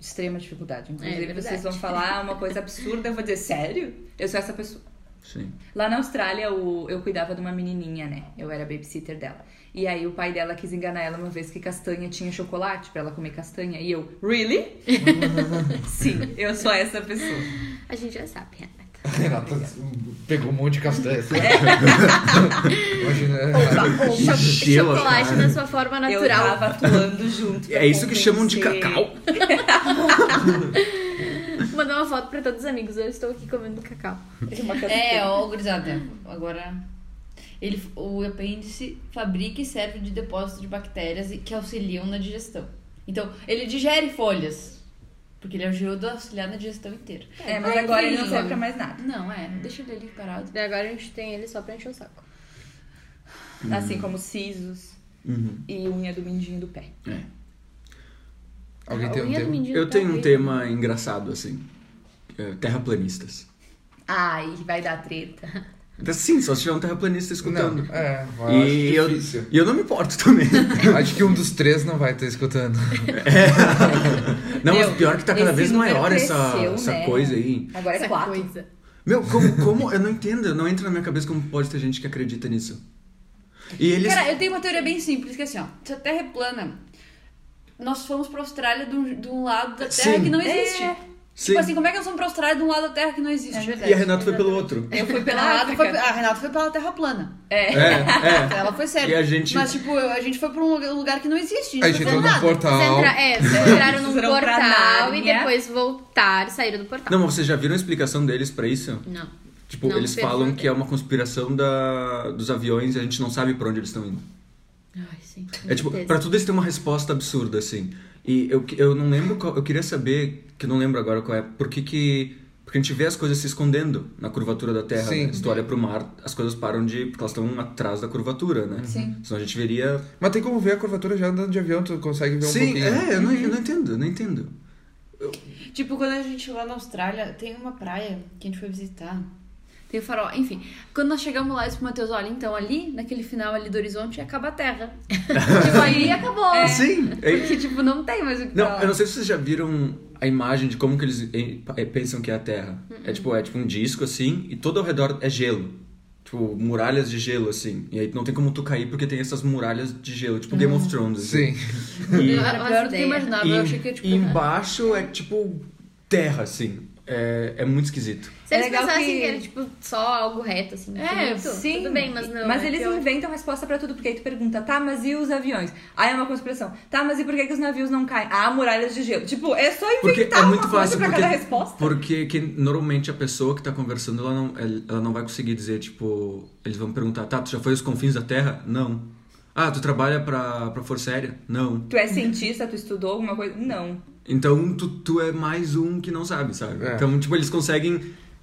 E: Extrema dificuldade.
D: É,
E: Inclusive,
A: verdade.
E: vocês vão falar uma coisa absurda, eu vou dizer, sério? Eu sou essa pessoa.
C: Sim.
E: Lá na Austrália, o- eu cuidava de uma menininha, né? Eu era babysitter dela. E aí o pai dela quis enganar ela uma vez que castanha tinha chocolate pra ela comer castanha. E eu, really? Sim, eu sou essa pessoa.
A: A gente já sabe, Renata.
B: Renata pegou um monte de castanha. assim.
E: É.
B: Imagina.
A: Cho-
C: Gelo,
A: Chocolate
C: cara.
A: na sua forma
E: Eu
A: natural.
E: tava atuando junto. pra
C: É isso que chamam de
E: convencer.
C: cacau.
A: Mandou uma foto pra todos os amigos. Eu estou aqui comendo cacau.
E: assim.
D: É, ó, gurizada. Agora. Ele, o apêndice fabrica e serve de depósito de bactérias e- que auxiliam na digestão. Então, ele digere folhas. Porque ele ajuda a auxiliar na digestão inteira.
E: É, mas
D: Ai,
E: agora ele
D: filho.
E: não serve pra mais nada.
D: Não, é. Deixa ele ali parado.
A: E agora a gente tem ele só pra encher o saco.
E: Assim como sisos
C: Uhum,
E: e unha do mindinho do pé.
C: é.
B: Alguém
A: A
B: tem um
A: unha do
B: tema?
A: mindinho
C: Eu
A: tá
C: tenho um
A: horrível.
C: tema engraçado, assim. É, terraplanistas.
E: Ai, vai dar treta.
C: Sim, só se tiver um terraplanista escutando.
B: Não, é, eu
C: E eu,
B: acho difícil.
C: e eu não me importo também.
B: Acho que um dos três não vai estar escutando.
C: Não,
E: Meu,
C: mas pior que tá cada
E: esse
C: vez
E: número
C: maior essa,
E: cresceu,
C: essa
E: né?
C: coisa aí.
E: Agora é
A: Essa
E: quatro.
A: coisa.
C: Meu, como, como? Eu não entendo, não entra na minha cabeça como pode ter gente que acredita nisso. E eles.
D: Cara, eu tenho uma teoria bem simples, que é assim, ó. Se a Terra é plana, nós fomos pra Austrália de um, de um lado da Terra
C: Sim.
D: que não existe.
C: Sim.
D: Tipo assim, como é que nós fomos pra Austrália de um lado da Terra que não existe?
E: É verdade.
C: e a Renata foi pelo outro.
E: Eu fui
D: A
E: pela
D: Renata,
E: África.
D: foi, a Renata foi pela Terra plana.
C: É, é.
D: Ela foi séria.
C: E a gente-
D: Mas, tipo, eu- a gente foi pra um lugar- lugar que não existe.
B: A
D: não
B: gente
D: foi
B: entrou
D: nada.
B: num
C: Tá.
B: portal.
A: Entra- é, vocês entraram num
E: Vocês foram pra
A: portal e
E: Nárnia.
A: depois voltaram, saíram do portal.
C: Não, mas vocês já viram a explicação deles pra isso?
A: Não.
C: Tipo,
A: Não,
C: eles
A: pelo
C: falam
A: amor de
C: que é uma conspiração da, dos aviões e a gente não sabe pra onde eles estão indo.
A: Ai, sim. com
C: É tipo,
A: certeza.
C: pra tudo isso tem uma resposta absurda, assim. E eu, eu não lembro qual, Eu queria saber, que eu não lembro agora qual é, por que que. Porque a gente vê as coisas se escondendo na curvatura da Terra.
B: Sim.
C: Né? Se tu olha pro mar, as coisas param de. Porque elas estão atrás da curvatura, né?
E: Sim.
C: Senão a gente veria.
B: Mas tem como ver a curvatura já andando de avião, tu consegue ver um
C: Sim,
B: pouquinho.
C: é, eu não, eu não entendo, eu não entendo.
D: Tipo, quando a gente lá na Austrália, tem uma praia que a gente foi visitar. Tem o farol, enfim. Quando nós chegamos lá, eu disse pro Matheus, olha, então ali, naquele final ali do horizonte, acaba a terra. tipo, aí acabou.
C: Sim! é-
D: Porque, tipo, não tem mais o que
C: Não,
D: falar.
C: eu não sei se vocês já viram a imagem de como que eles eh, eh, pensam que é a Terra. É tipo, é tipo um disco assim, e todo ao redor é gelo. Tipo, muralhas de gelo, assim. E aí não tem como tu cair porque tem essas muralhas de gelo, tipo Game of Thrones. assim.
B: Sim.
C: E,
A: Não,
D: Era pior do que Hum.
A: Ideia.
D: eu imaginava.
C: e-
D: Eu achei que, tipo...
C: e embaixo é tipo terra, assim. É, é muito esquisito.
A: Se eles
E: É legal
A: pensassem que...
E: que-
A: era, tipo, só algo reto, assim,
D: É,
A: infinito,
E: sim.
A: tudo bem, mas não.
E: Mas
A: é
E: eles
A: pior.
E: inventam resposta pra tudo, porque aí tu pergunta, tá, mas e os aviões? Aí é uma conspiração. Tá, mas e por que, que os navios não caem? Ah, muralhas de gelo. Tipo, é só inventar
C: Porque é muito
E: uma coisa
C: fácil.
E: pra
C: Porque,
E: cada resposta.
C: porque que normalmente a pessoa que tá conversando, ela não, ela não vai conseguir dizer, tipo... Eles vão perguntar, tá, tu já foi aos confins da Terra? Não. Ah, tu trabalha pra, pra Força Aérea? Não.
E: Tu é cientista, tu estudou alguma coisa? Não.
C: Então, tu, tu é mais um que não sabe, sabe?
B: É.
C: Então, tipo, eles conseguem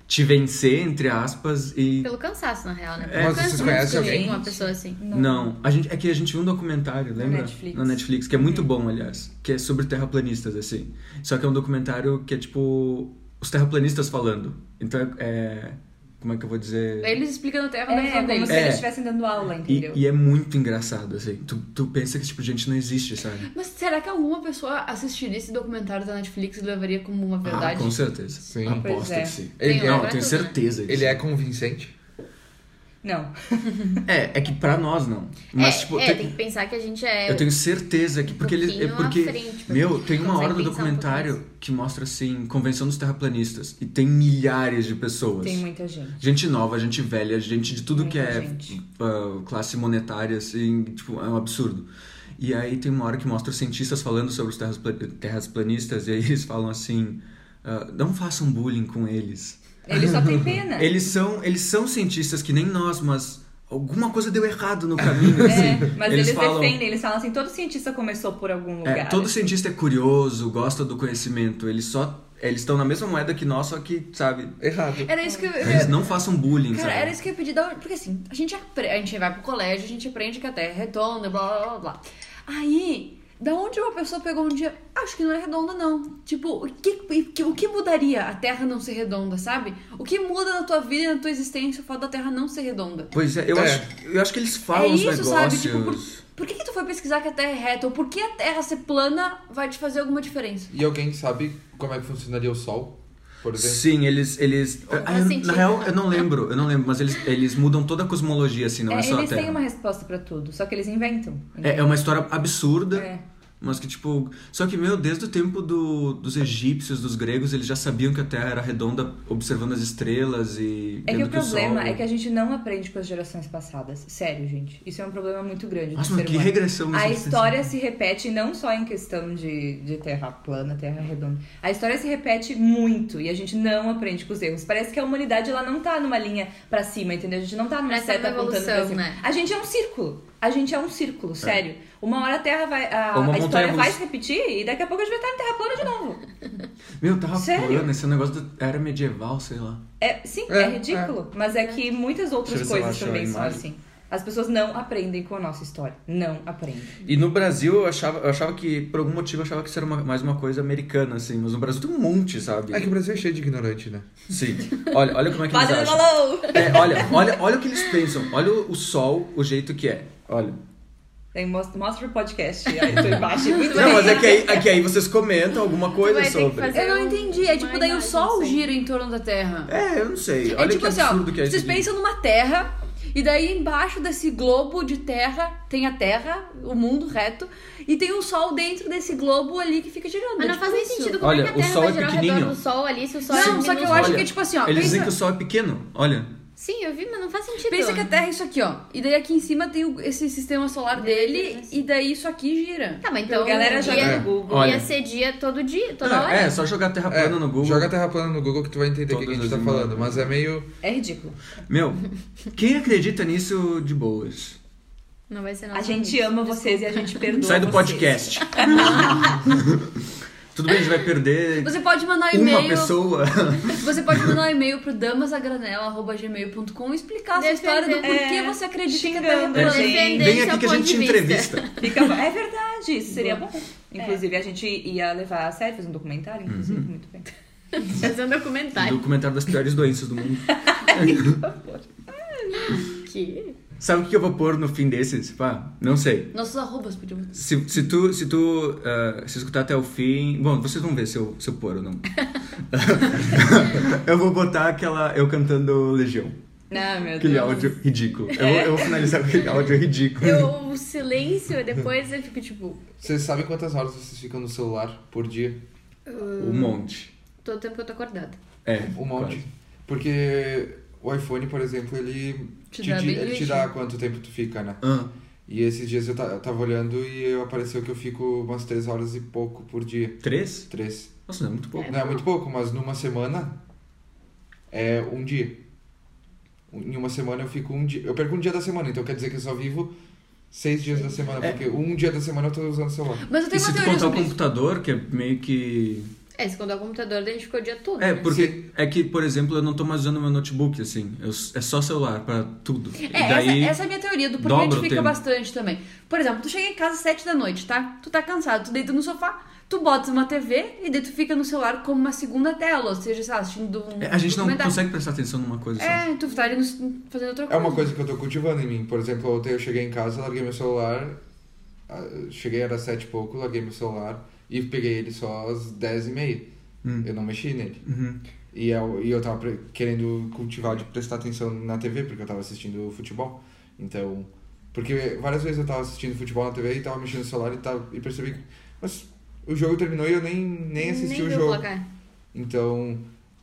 C: te vencer, entre aspas,
E: Então,
C: e...
A: Pelo cansaço, na real, né?
B: É, mas vocês
A: Cansa
B: conhecem
A: muito
B: alguém?
A: Uma pessoa assim.
C: Não, A gente, é que a gente viu um documentário, lembra?
E: Netflix.
C: Na Netflix, que é muito bom, aliás. Que é sobre terraplanistas, assim. Só que é um documentário que é tipo. Os terraplanistas falando. Então é. é- como é que eu vou dizer?
D: Eles explicando a terra na
E: É,
D: visão
E: como
D: deles.
E: se
C: É.
E: eles estivessem dando aula, entendeu?
C: E, e é muito engraçado, assim. Tu, tu pensa que esse tipo de gente não existe, sabe?
D: Mas será que alguma pessoa assistiria esse documentário da Netflix e levaria como uma
A: É
C: Ah,
D: verdade?
C: com certeza.
B: Sim.
E: Pois
C: Aposto
E: é.
C: que sim.
B: Ele
A: Tem
B: é-
A: hora
C: Não,
A: pra
C: eu tenho
A: tudo, né?
C: certeza disso.
B: Ele é convincente?
E: Não.
C: É, é que pra nós não. Mas,
A: é,
C: tipo,
A: é,
C: tem-
A: tem... que pensar que a gente é.
C: Eu tenho certeza que porque ele é
A: pouquinho à
C: porque
A: frente, porque a
C: meu,
A: gente
C: tem uma
A: consegue
C: hora do
A: pensar um pouquinho
C: documentário que mostra assim convenção dos terraplanistas e tem milhares de pessoas.
E: Tem muita gente.
C: Gente nova, gente velha, gente de tudo
E: Muita
C: que é
E: gente.
C: ah, classe monetária, assim, tipo, é um absurdo. E aí tem uma hora que mostra os cientistas falando sobre os terras, terras planistas e aí eles falam assim, ah, não façam bullying com eles.
E: Ele só tem pena.
C: Eles são, eles são cientistas que nem nós, mas alguma coisa deu errado no caminho,
E: É,
C: assim.
E: mas eles,
C: falam,
E: defendem, eles falam assim, todo cientista começou por algum lugar. né?
C: É, todo cientista é curioso, gosta do conhecimento. Eles só. Eles estão na mesma moeda que nós, só que, sabe?
B: Errado.
D: Era isso que eu...
C: Eles não façam bullying,
D: Cara,
C: sabe?
D: era isso que eu ia pedir. da- Porque assim, a gente, apre- a gente vai pro colégio, a gente aprende que a Terra é redonda, blá, blá, blá, blá. Aí, da onde uma pessoa pegou um dia, acho que não é redonda, não. Tipo, o que, e que- o que mudaria a Terra não ser redonda, sabe? O que muda na tua vida e na tua existência o fato da Terra não ser redonda?
C: Pois é, eu,
B: É.
C: Acho, eu acho que eles falam
D: é
C: os
D: isso, sabe?
C: negócios.
D: Tipo, por, por que, que tu foi pesquisar que a Terra é reta? Ou por que a Terra ser plana vai te fazer alguma diferença?
B: E alguém sabe como é que funcionaria o sol? Por exemplo?
C: Sim, eles. eles
A: Faz
C: Ah, eu-
A: sentido.
C: na real, eu não lembro, eu não lembro, mas eles, eles mudam toda a cosmologia, assim, não é,
E: É,
C: só a
E: eles
C: Terra.
E: têm uma resposta pra tudo, só que eles inventam.
C: É, é uma história absurda.
E: É.
C: Mas que, tipo. Só que, meu, desde o tempo do- dos egípcios, dos gregos, eles já sabiam que a Terra era redonda, observando as estrelas e.
E: É que
C: vendo
E: o problema
C: Sol-
E: é que a gente não aprende com as gerações passadas. Sério, gente. Isso é um problema muito grande
C: Nossa,
E: do
C: mas
E: ser
C: que
E: humano.
C: regressão isso
E: A
C: que vocês
E: história se repete não só em questão de, de terra plana, terra redonda. A história se repete muito e a gente não aprende com os erros. Parece que a humanidade ela não tá numa linha pra cima, entendeu? A gente não tá numa
A: Parece
E: seta
A: uma
E: apontando pra
A: evolução,
E: cima.
A: né?
E: A gente é um círculo. A gente é um círculo, sério. Uma hora a terra vai. A,
C: É uma
E: a história
C: montanha-russa.
E: vai se repetir e daqui a pouco a gente vai estar em terra plana de novo.
C: Meu, tava
E: Sério?
C: pulando esse negócio da era medieval, sei lá.
E: É, sim,
B: É,
E: é, ridículo. Mas é que
C: Deixa
E: muitas
C: eu ver
E: outras
C: se eu
E: coisas
C: acho a
E: também são
C: imagem.
E: assim. As pessoas não aprendem com a nossa história. Não aprendem.
C: E no Brasil eu achava, eu achava que, por algum motivo, eu achava que isso era uma- mais uma coisa americana, assim. Mas no Brasil tem um monte, sabe?
B: É que o Brasil é cheio de ignorante, né?
C: Sim. Olha, olha como é que eles
E: Padre
C: acham.
E: Malou!
C: É, olha, olha, olha o que eles pensam. Olha o, o sol, o jeito que é. Olha.
E: Daí mostra, mostra o podcast aí tô embaixo. Muito
C: Não,
E: bem.
C: mas é que aí, é que aí vocês comentam alguma coisa
A: vai ter que
C: sobre.
A: fazer-
D: Eu não entendi. É tipo,
A: Uma
D: daí o
A: imagem,
D: sol
A: assim.
D: gira em torno da Terra.
C: É, eu não sei.
D: É
C: Olha
D: tipo
C: que
D: assim, ó,
C: absurdo que é isso.
D: vocês
C: aqui.
D: pensam numa terra, e daí embaixo desse globo de terra tem a terra, o mundo reto, e tem um sol dentro desse globo ali que fica girando.
A: Mas
D: É
A: não
D: tipo
A: faz nem
D: isso.
A: sentido como
C: Olha,
A: é que a
C: o
A: Terra
C: Sol
A: vai
C: é
A: girar ao redor
C: pequenininho.
A: do Sol ali se o Sol é
D: Não, só que eu
A: minúsculo.
D: acho
C: Olha,
D: que é tipo assim, ó.
C: Eles dizem
D: pensa-
C: que o sol é pequeno. Olha.
A: Sim, eu vi, mas não faz sentido.
D: Pensa que a Terra é isso aqui, ó. E daí aqui em cima tem o- esse sistema solar dele,
A: assim.
D: e daí isso aqui gira.
A: Tá, mas
C: é
A: então.
E: A galera joga
A: ia,
D: tá-
B: no
E: Google.
C: Olha.
A: Ia ser dia todo dia, toda
C: Ah,
A: hora.
C: é, só jogar terra
B: É,
C: plana no Google.
B: Joga terra plana no Google que tu vai entender o que,
C: Todas
B: a gente tá
C: as imagens.
B: falando. Mas é meio.
E: É ridículo.
C: Meu, quem acredita nisso de boas?
A: Não vai ser
D: Ah,
A: nada.
E: A gente ama vocês e a gente perdoa
A: é
C: Sai do
E: vocês.
C: podcast. Tudo bem, a gente vai perder
D: Você pode mandar um
C: uma
D: e-mail.
C: pessoa.
D: Você pode mandar um e-mail pro damasagranela.gmail.com e explicar a sua
A: Defender.
D: história do porquê
E: É,
D: você acredita que a
E: xingando
D: Terra é
A: a
D: plana.
A: gente. Defender
C: Vem
A: seu
C: aqui que a
A: ponto
C: gente te
A: de vista.
C: entrevista.
E: Fica- É verdade, isso seria bom. Inclusive, a gente ia levar a sério, fazer um documentário,
C: Uhum.
E: inclusive, muito bem.
A: Fazer um documentário.
C: Documentário das piores doenças do mundo.
A: Que?
C: Sabe o que eu vou pôr no fim desses? Pá, não sei.
D: Nossos arrobas podiam botar.
C: Se, se tu, se tu ah, se escutar até o fim. Bom, vocês vão ver se eu, se eu pôr ou não. eu vou botar aquela. Eu cantando Legião.
E: Ah, meu
C: Aquele
E: Deus.
C: áudio ridículo. Eu, vou- eu vou finalizar com aquele áudio ridículo.
A: Eu, o silêncio, depois eu fico tipo.
B: Vocês sabem quantas horas vocês ficam no celular por dia?
C: Um monte.
A: Todo tempo que eu tô acordada.
C: É.
B: Um monte.
C: quase.
B: Porque o iPhone, por exemplo, ele
D: Te
B: te,
D: dá
B: di-
D: bem
B: ele te
D: direitinho.
B: dá quanto tempo tu fica, né?
C: Ah,
B: E esses dias eu, ta- eu tava olhando e eu apareceu que eu fico umas três horas e pouco por dia.
C: três?
B: Três.
C: Nossa, não é muito pouco.
B: Não é muito pouco, mas numa semana é um dia. Em uma semana eu fico um dia. Eu perco um dia da semana, então quer dizer que eu só vivo seis dias da semana,
C: É.
B: porque um dia da semana eu tô usando o celular.
D: Mas eu
C: E
D: tenho
C: se
D: uma
C: tu
D: teoria
C: contar o
D: sobre isso.
C: computador, que é meio que.
A: É, se quando é o computador, daí a gente ficou o dia todo.
C: É,
A: né?
C: porque é que, por exemplo, eu não tô mais usando meu notebook, assim. Eu- é só celular pra tudo. E
D: É,
C: daí.
D: essa, essa é a minha teoria do porquê a
C: dobra
D: gente
C: o
D: fica
C: tempo.
D: bastante também. Por exemplo, tu chega em casa às 7 da noite, tá? Tu tá cansado, tu deita no sofá, tu botas uma TV e daí tu fica no celular como uma segunda tela, ou seja, sei lá, assistindo um
C: É, a gente não
D: documentário.
C: consegue prestar atenção numa coisa só.
D: É, tu tá ali no- fazendo outra
B: É
D: coisa.
B: uma coisa que eu tô cultivando em mim. Por exemplo, ontem eu cheguei em casa, larguei meu celular. ah, Cheguei, era sete e pouco, larguei meu celular e peguei ele só às dez e meia.
C: Hum.
B: Eu não mexi nele.
C: Uhum.
B: E eu, e eu tava pre- querendo cultivar de prestar atenção na TV, porque eu tava assistindo futebol. Então. Porque várias vezes eu tava assistindo futebol na TV e tava mexendo no celular e, tava, e percebi que. Mas o jogo terminou e eu nem, nem assisti
A: Nem
B: o
A: vi
B: jogo.
A: placar.
B: Então,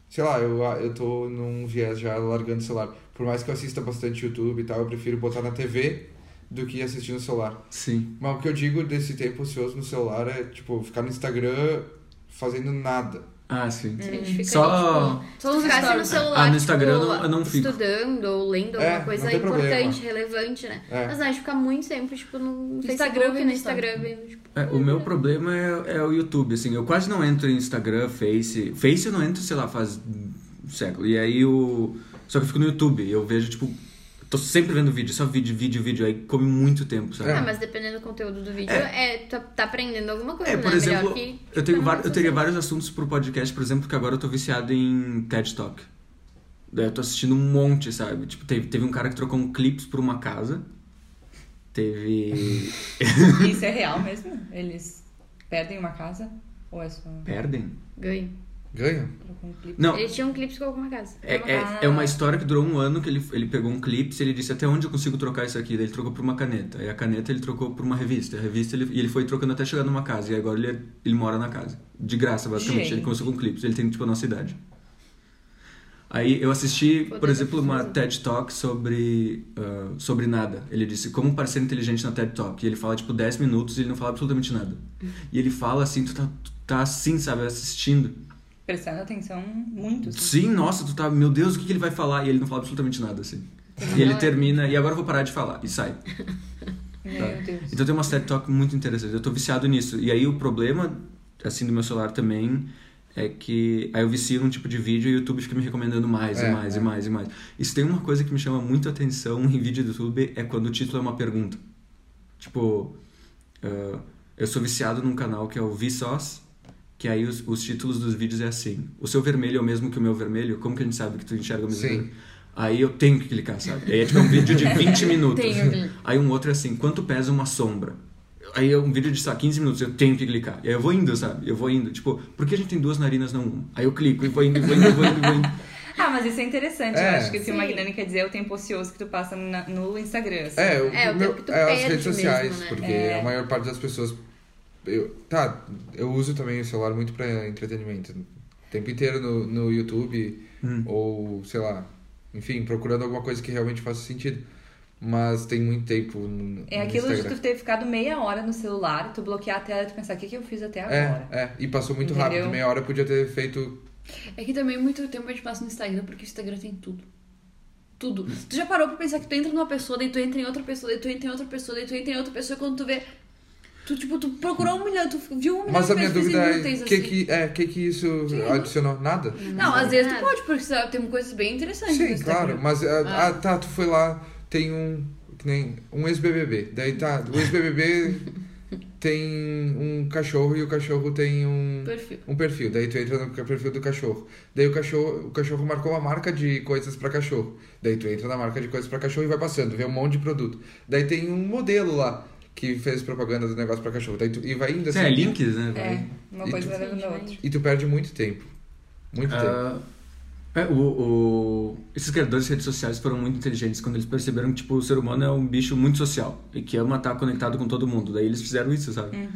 B: sei lá, eu, ah, eu tô num viés já largando o celular. Por mais que eu assista bastante YouTube e tal, eu prefiro botar na TV do que assistir no celular.
C: Sim.
B: Mas o que eu digo desse tempo ocioso no celular é, tipo, ficar no Instagram fazendo nada.
C: Ah, sim.
D: É.
A: A gente fica
C: Só-
A: ali, tipo,
D: Só
A: se tu
D: nos
A: ficasse no
D: stories.
A: celular,
C: Ah, no Instagram
A: tipo,
C: eu não- eu não fico.
A: estudando ou lendo
B: É,
A: alguma coisa
B: não tem
A: importante, relevante, né?
B: É.
A: Mas não, a gente fica muito tempo, tipo, no
D: Instagram
A: Instagram,
D: vendo
A: no
D: story.
A: Instagram, vendo, tipo,
C: É, o meu problema é, é o YouTube, assim. Eu quase não entro em Instagram, Face. Face eu não entro, sei lá, faz um século. E aí o. Só que eu fico no YouTube e eu vejo, tipo. Tô sempre vendo vídeo, só vídeo, vídeo, vídeo. Aí come muito tempo,
D: É,
C: sabe?
A: Ah, mas dependendo do conteúdo do vídeo, é, tá, tá aprendendo alguma coisa,
C: É,
A: né?
C: por
A: Melhor
C: exemplo,
A: que... um
C: eu, tenho
A: ficar
C: var-
A: no
C: eu teria
A: Instagram.
C: vários assuntos pro podcast, por exemplo, que agora eu tô viciado em TED Talk. Daí eu tô assistindo um monte, sabe? Tipo, teve, teve um cara que trocou um clips por uma casa. Teve.
E: Isso é real mesmo? Eles perdem uma casa? Ou é só
C: Perdem?
A: Ganho.
B: Ganha?
E: trocou um clipe?
C: Não,
A: Ele tinha um clipe com alguma casa.
C: É, é, é uma história que durou um ano que ele, ele pegou um clipe e ele disse até onde eu consigo trocar isso aqui. Daí ele trocou por uma caneta. E a caneta ele trocou por uma revista. A revista ele, e ele foi trocando até chegar numa casa. E agora ele, é, ele mora na casa. De graça, basicamente.
E: Gente.
C: Ele começou com clipes. Ele tem tipo a nossa idade. Aí eu assisti, por
A: Poder
C: exemplo, uma
A: absurdo.
C: TED Talk sobre, ah, sobre nada. Ele disse como parecer inteligente na TED Talk. E ele fala tipo 10 minutos e ele não fala absolutamente nada. E ele fala assim, tu tá, tu tá assim, sabe, assistindo.
E: Prestando atenção muito. assim.
C: Sim, nossa, tu tá. Meu Deus, o que, que ele vai falar? E ele não fala absolutamente nada, assim. E ele termina, e agora eu vou parar de falar, e sai.
E: Meu Deus.
C: Então tem umas TED Talk muito interessantes, eu tô viciado nisso. E aí o problema, assim, do meu celular também é que aí eu vicio num tipo de vídeo e o YouTube fica me recomendando mais
B: É,
C: e mais e mais e mais. E se tem uma coisa que me chama muito a atenção em vídeo do YouTube é quando o título é uma pergunta. Tipo, ah, eu sou viciado num canal que é o Vsauce, que aí os, os títulos dos vídeos é assim. O seu vermelho é o mesmo que o meu vermelho? Como que a gente sabe que tu enxerga o mesmo
B: Sim.
C: vermelho? Aí eu tenho que clicar, sabe? Aí é tipo um vídeo de 20 minutos.
D: Tenho que-
C: Aí um outro é assim, quanto pesa uma sombra? Aí é um vídeo de, sei lá, 15 minutos, eu tenho que clicar. E aí eu vou indo, sabe? Eu vou indo. Tipo, por que a gente tem duas narinas, não uma? Aí eu clico e vou indo, e vou indo, e vou indo, e vou indo.
E: Ah, mas isso é interessante.
B: É.
E: Eu acho que o que o
A: Sim.
E: Magnani quer dizer é o tempo ocioso que tu passa na- no Instagram. assim.
B: É, o,
A: É, o
B: meu,
A: tempo que tu
B: é as
A: perde
B: redes
A: mesmo,
B: sociais,
A: né?
B: porque
E: É.
B: a maior parte das pessoas. Eu, tá, eu uso também o celular muito pra entretenimento. O tempo inteiro no, no YouTube, ou sei lá, enfim, procurando alguma coisa que realmente faça sentido. Mas tem muito tempo no,
E: É
B: no
E: aquilo de
B: Instagram.
E: tu ter ficado meia hora no celular, tu bloquear a tela e tu pensar, o que, que eu fiz até tá agora?
B: É, é, e passou muito
E: Entendeu?
B: rápido. Meia hora eu podia ter feito.
D: É que também muito tempo a gente passa no Instagram, porque o Instagram tem tudo. Tudo. Tu já parou pra pensar que tu entra numa pessoa, daí tu entra em outra pessoa, daí tu entra em outra pessoa, daí tu entra em outra pessoa, e quando tu vê. Tu, tipo, tu procurou um milhão, tu viu um milhão
B: Mas
D: de
B: a minha
D: perfis
B: dúvida
D: inúteis,
B: é: o que,
D: assim.
B: que, é, que, que isso adicionou? Nada?
D: Não, é às vezes tu
A: Nada.
D: pode, porque sabe, tem coisas bem interessantes um no
B: Sim,
D: Instagram.
B: claro, mas ah, ah, tá, tu foi lá, tem um que nem um ex-BBB. Daí tá, o ex-BBB tem um cachorro e o cachorro tem um
D: Perfil.
B: um perfil. Daí tu entra no perfil do cachorro. Daí o cachorro, o cachorro marcou uma marca de coisas pra cachorro. Daí tu entra na marca de coisas pra cachorro e vai passando, vê um monte de produto. Daí tem um modelo lá que fez propaganda do negócio pra cachorro. Daí tu e vai indo assim.
C: É, links, né?
E: É,
C: velho?
E: uma
B: E
E: coisa
B: tu-
E: vai levando a
A: Sim,
E: outra.
B: E tu perde muito tempo. Muito tempo.
C: Ah, é, o, o- esses criadores de redes sociais foram muito inteligentes quando eles perceberam que tipo, o ser humano é um bicho muito social e que ama estar conectado com todo mundo. Daí eles fizeram isso, sabe?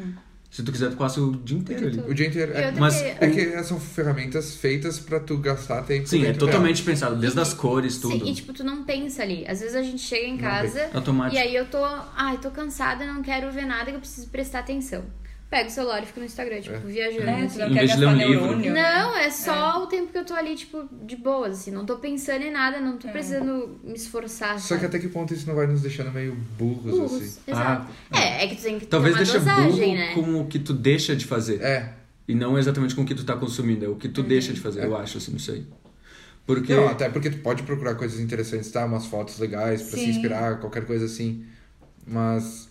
C: Se tu quiser, tu passa o dia inteiro ali.
B: O dia inteiro.
A: E
B: É,
A: outra
C: Mas-
A: que-
B: é que são ferramentas feitas pra tu gastar tempo.
C: Sim, é
B: dentro dela.
C: totalmente pensado, desde as cores, tudo.
A: Sim, e tipo, tu não pensa ali. Às vezes a gente chega em casa
C: Automático.
A: e aí eu tô. Ai, tô cansada, não quero ver nada que eu preciso prestar atenção. Pega o celular e fica no Instagram, tipo, viajando.
E: É, tu
A: assim.
E: não
C: Em
E: quer
C: vez de ler
E: gastar
C: um livro.
E: neurônio. né?
A: Não, é só o tempo que eu tô ali, tipo, de boas, assim. Não tô pensando em nada, não
C: É.
A: tô precisando me esforçar.
B: Só que
A: sabe?
B: até que ponto isso não vai nos deixando meio burros, assim?
A: Burros, Exato. é, é que tu tem que ter
C: Ah, Talvez
A: uma
C: deixa
A: dosagem,
C: burro
A: né?
C: com o que tu deixa de fazer.
B: É.
C: E não exatamente com o que tu tá consumindo, é o que tu deixa de fazer,
A: É.
C: eu acho, assim, não sei. Porque.
B: Não, até porque tu pode procurar coisas interessantes, tá? Umas fotos legais pra se
E: Sim.
B: inspirar, qualquer coisa assim. Mas.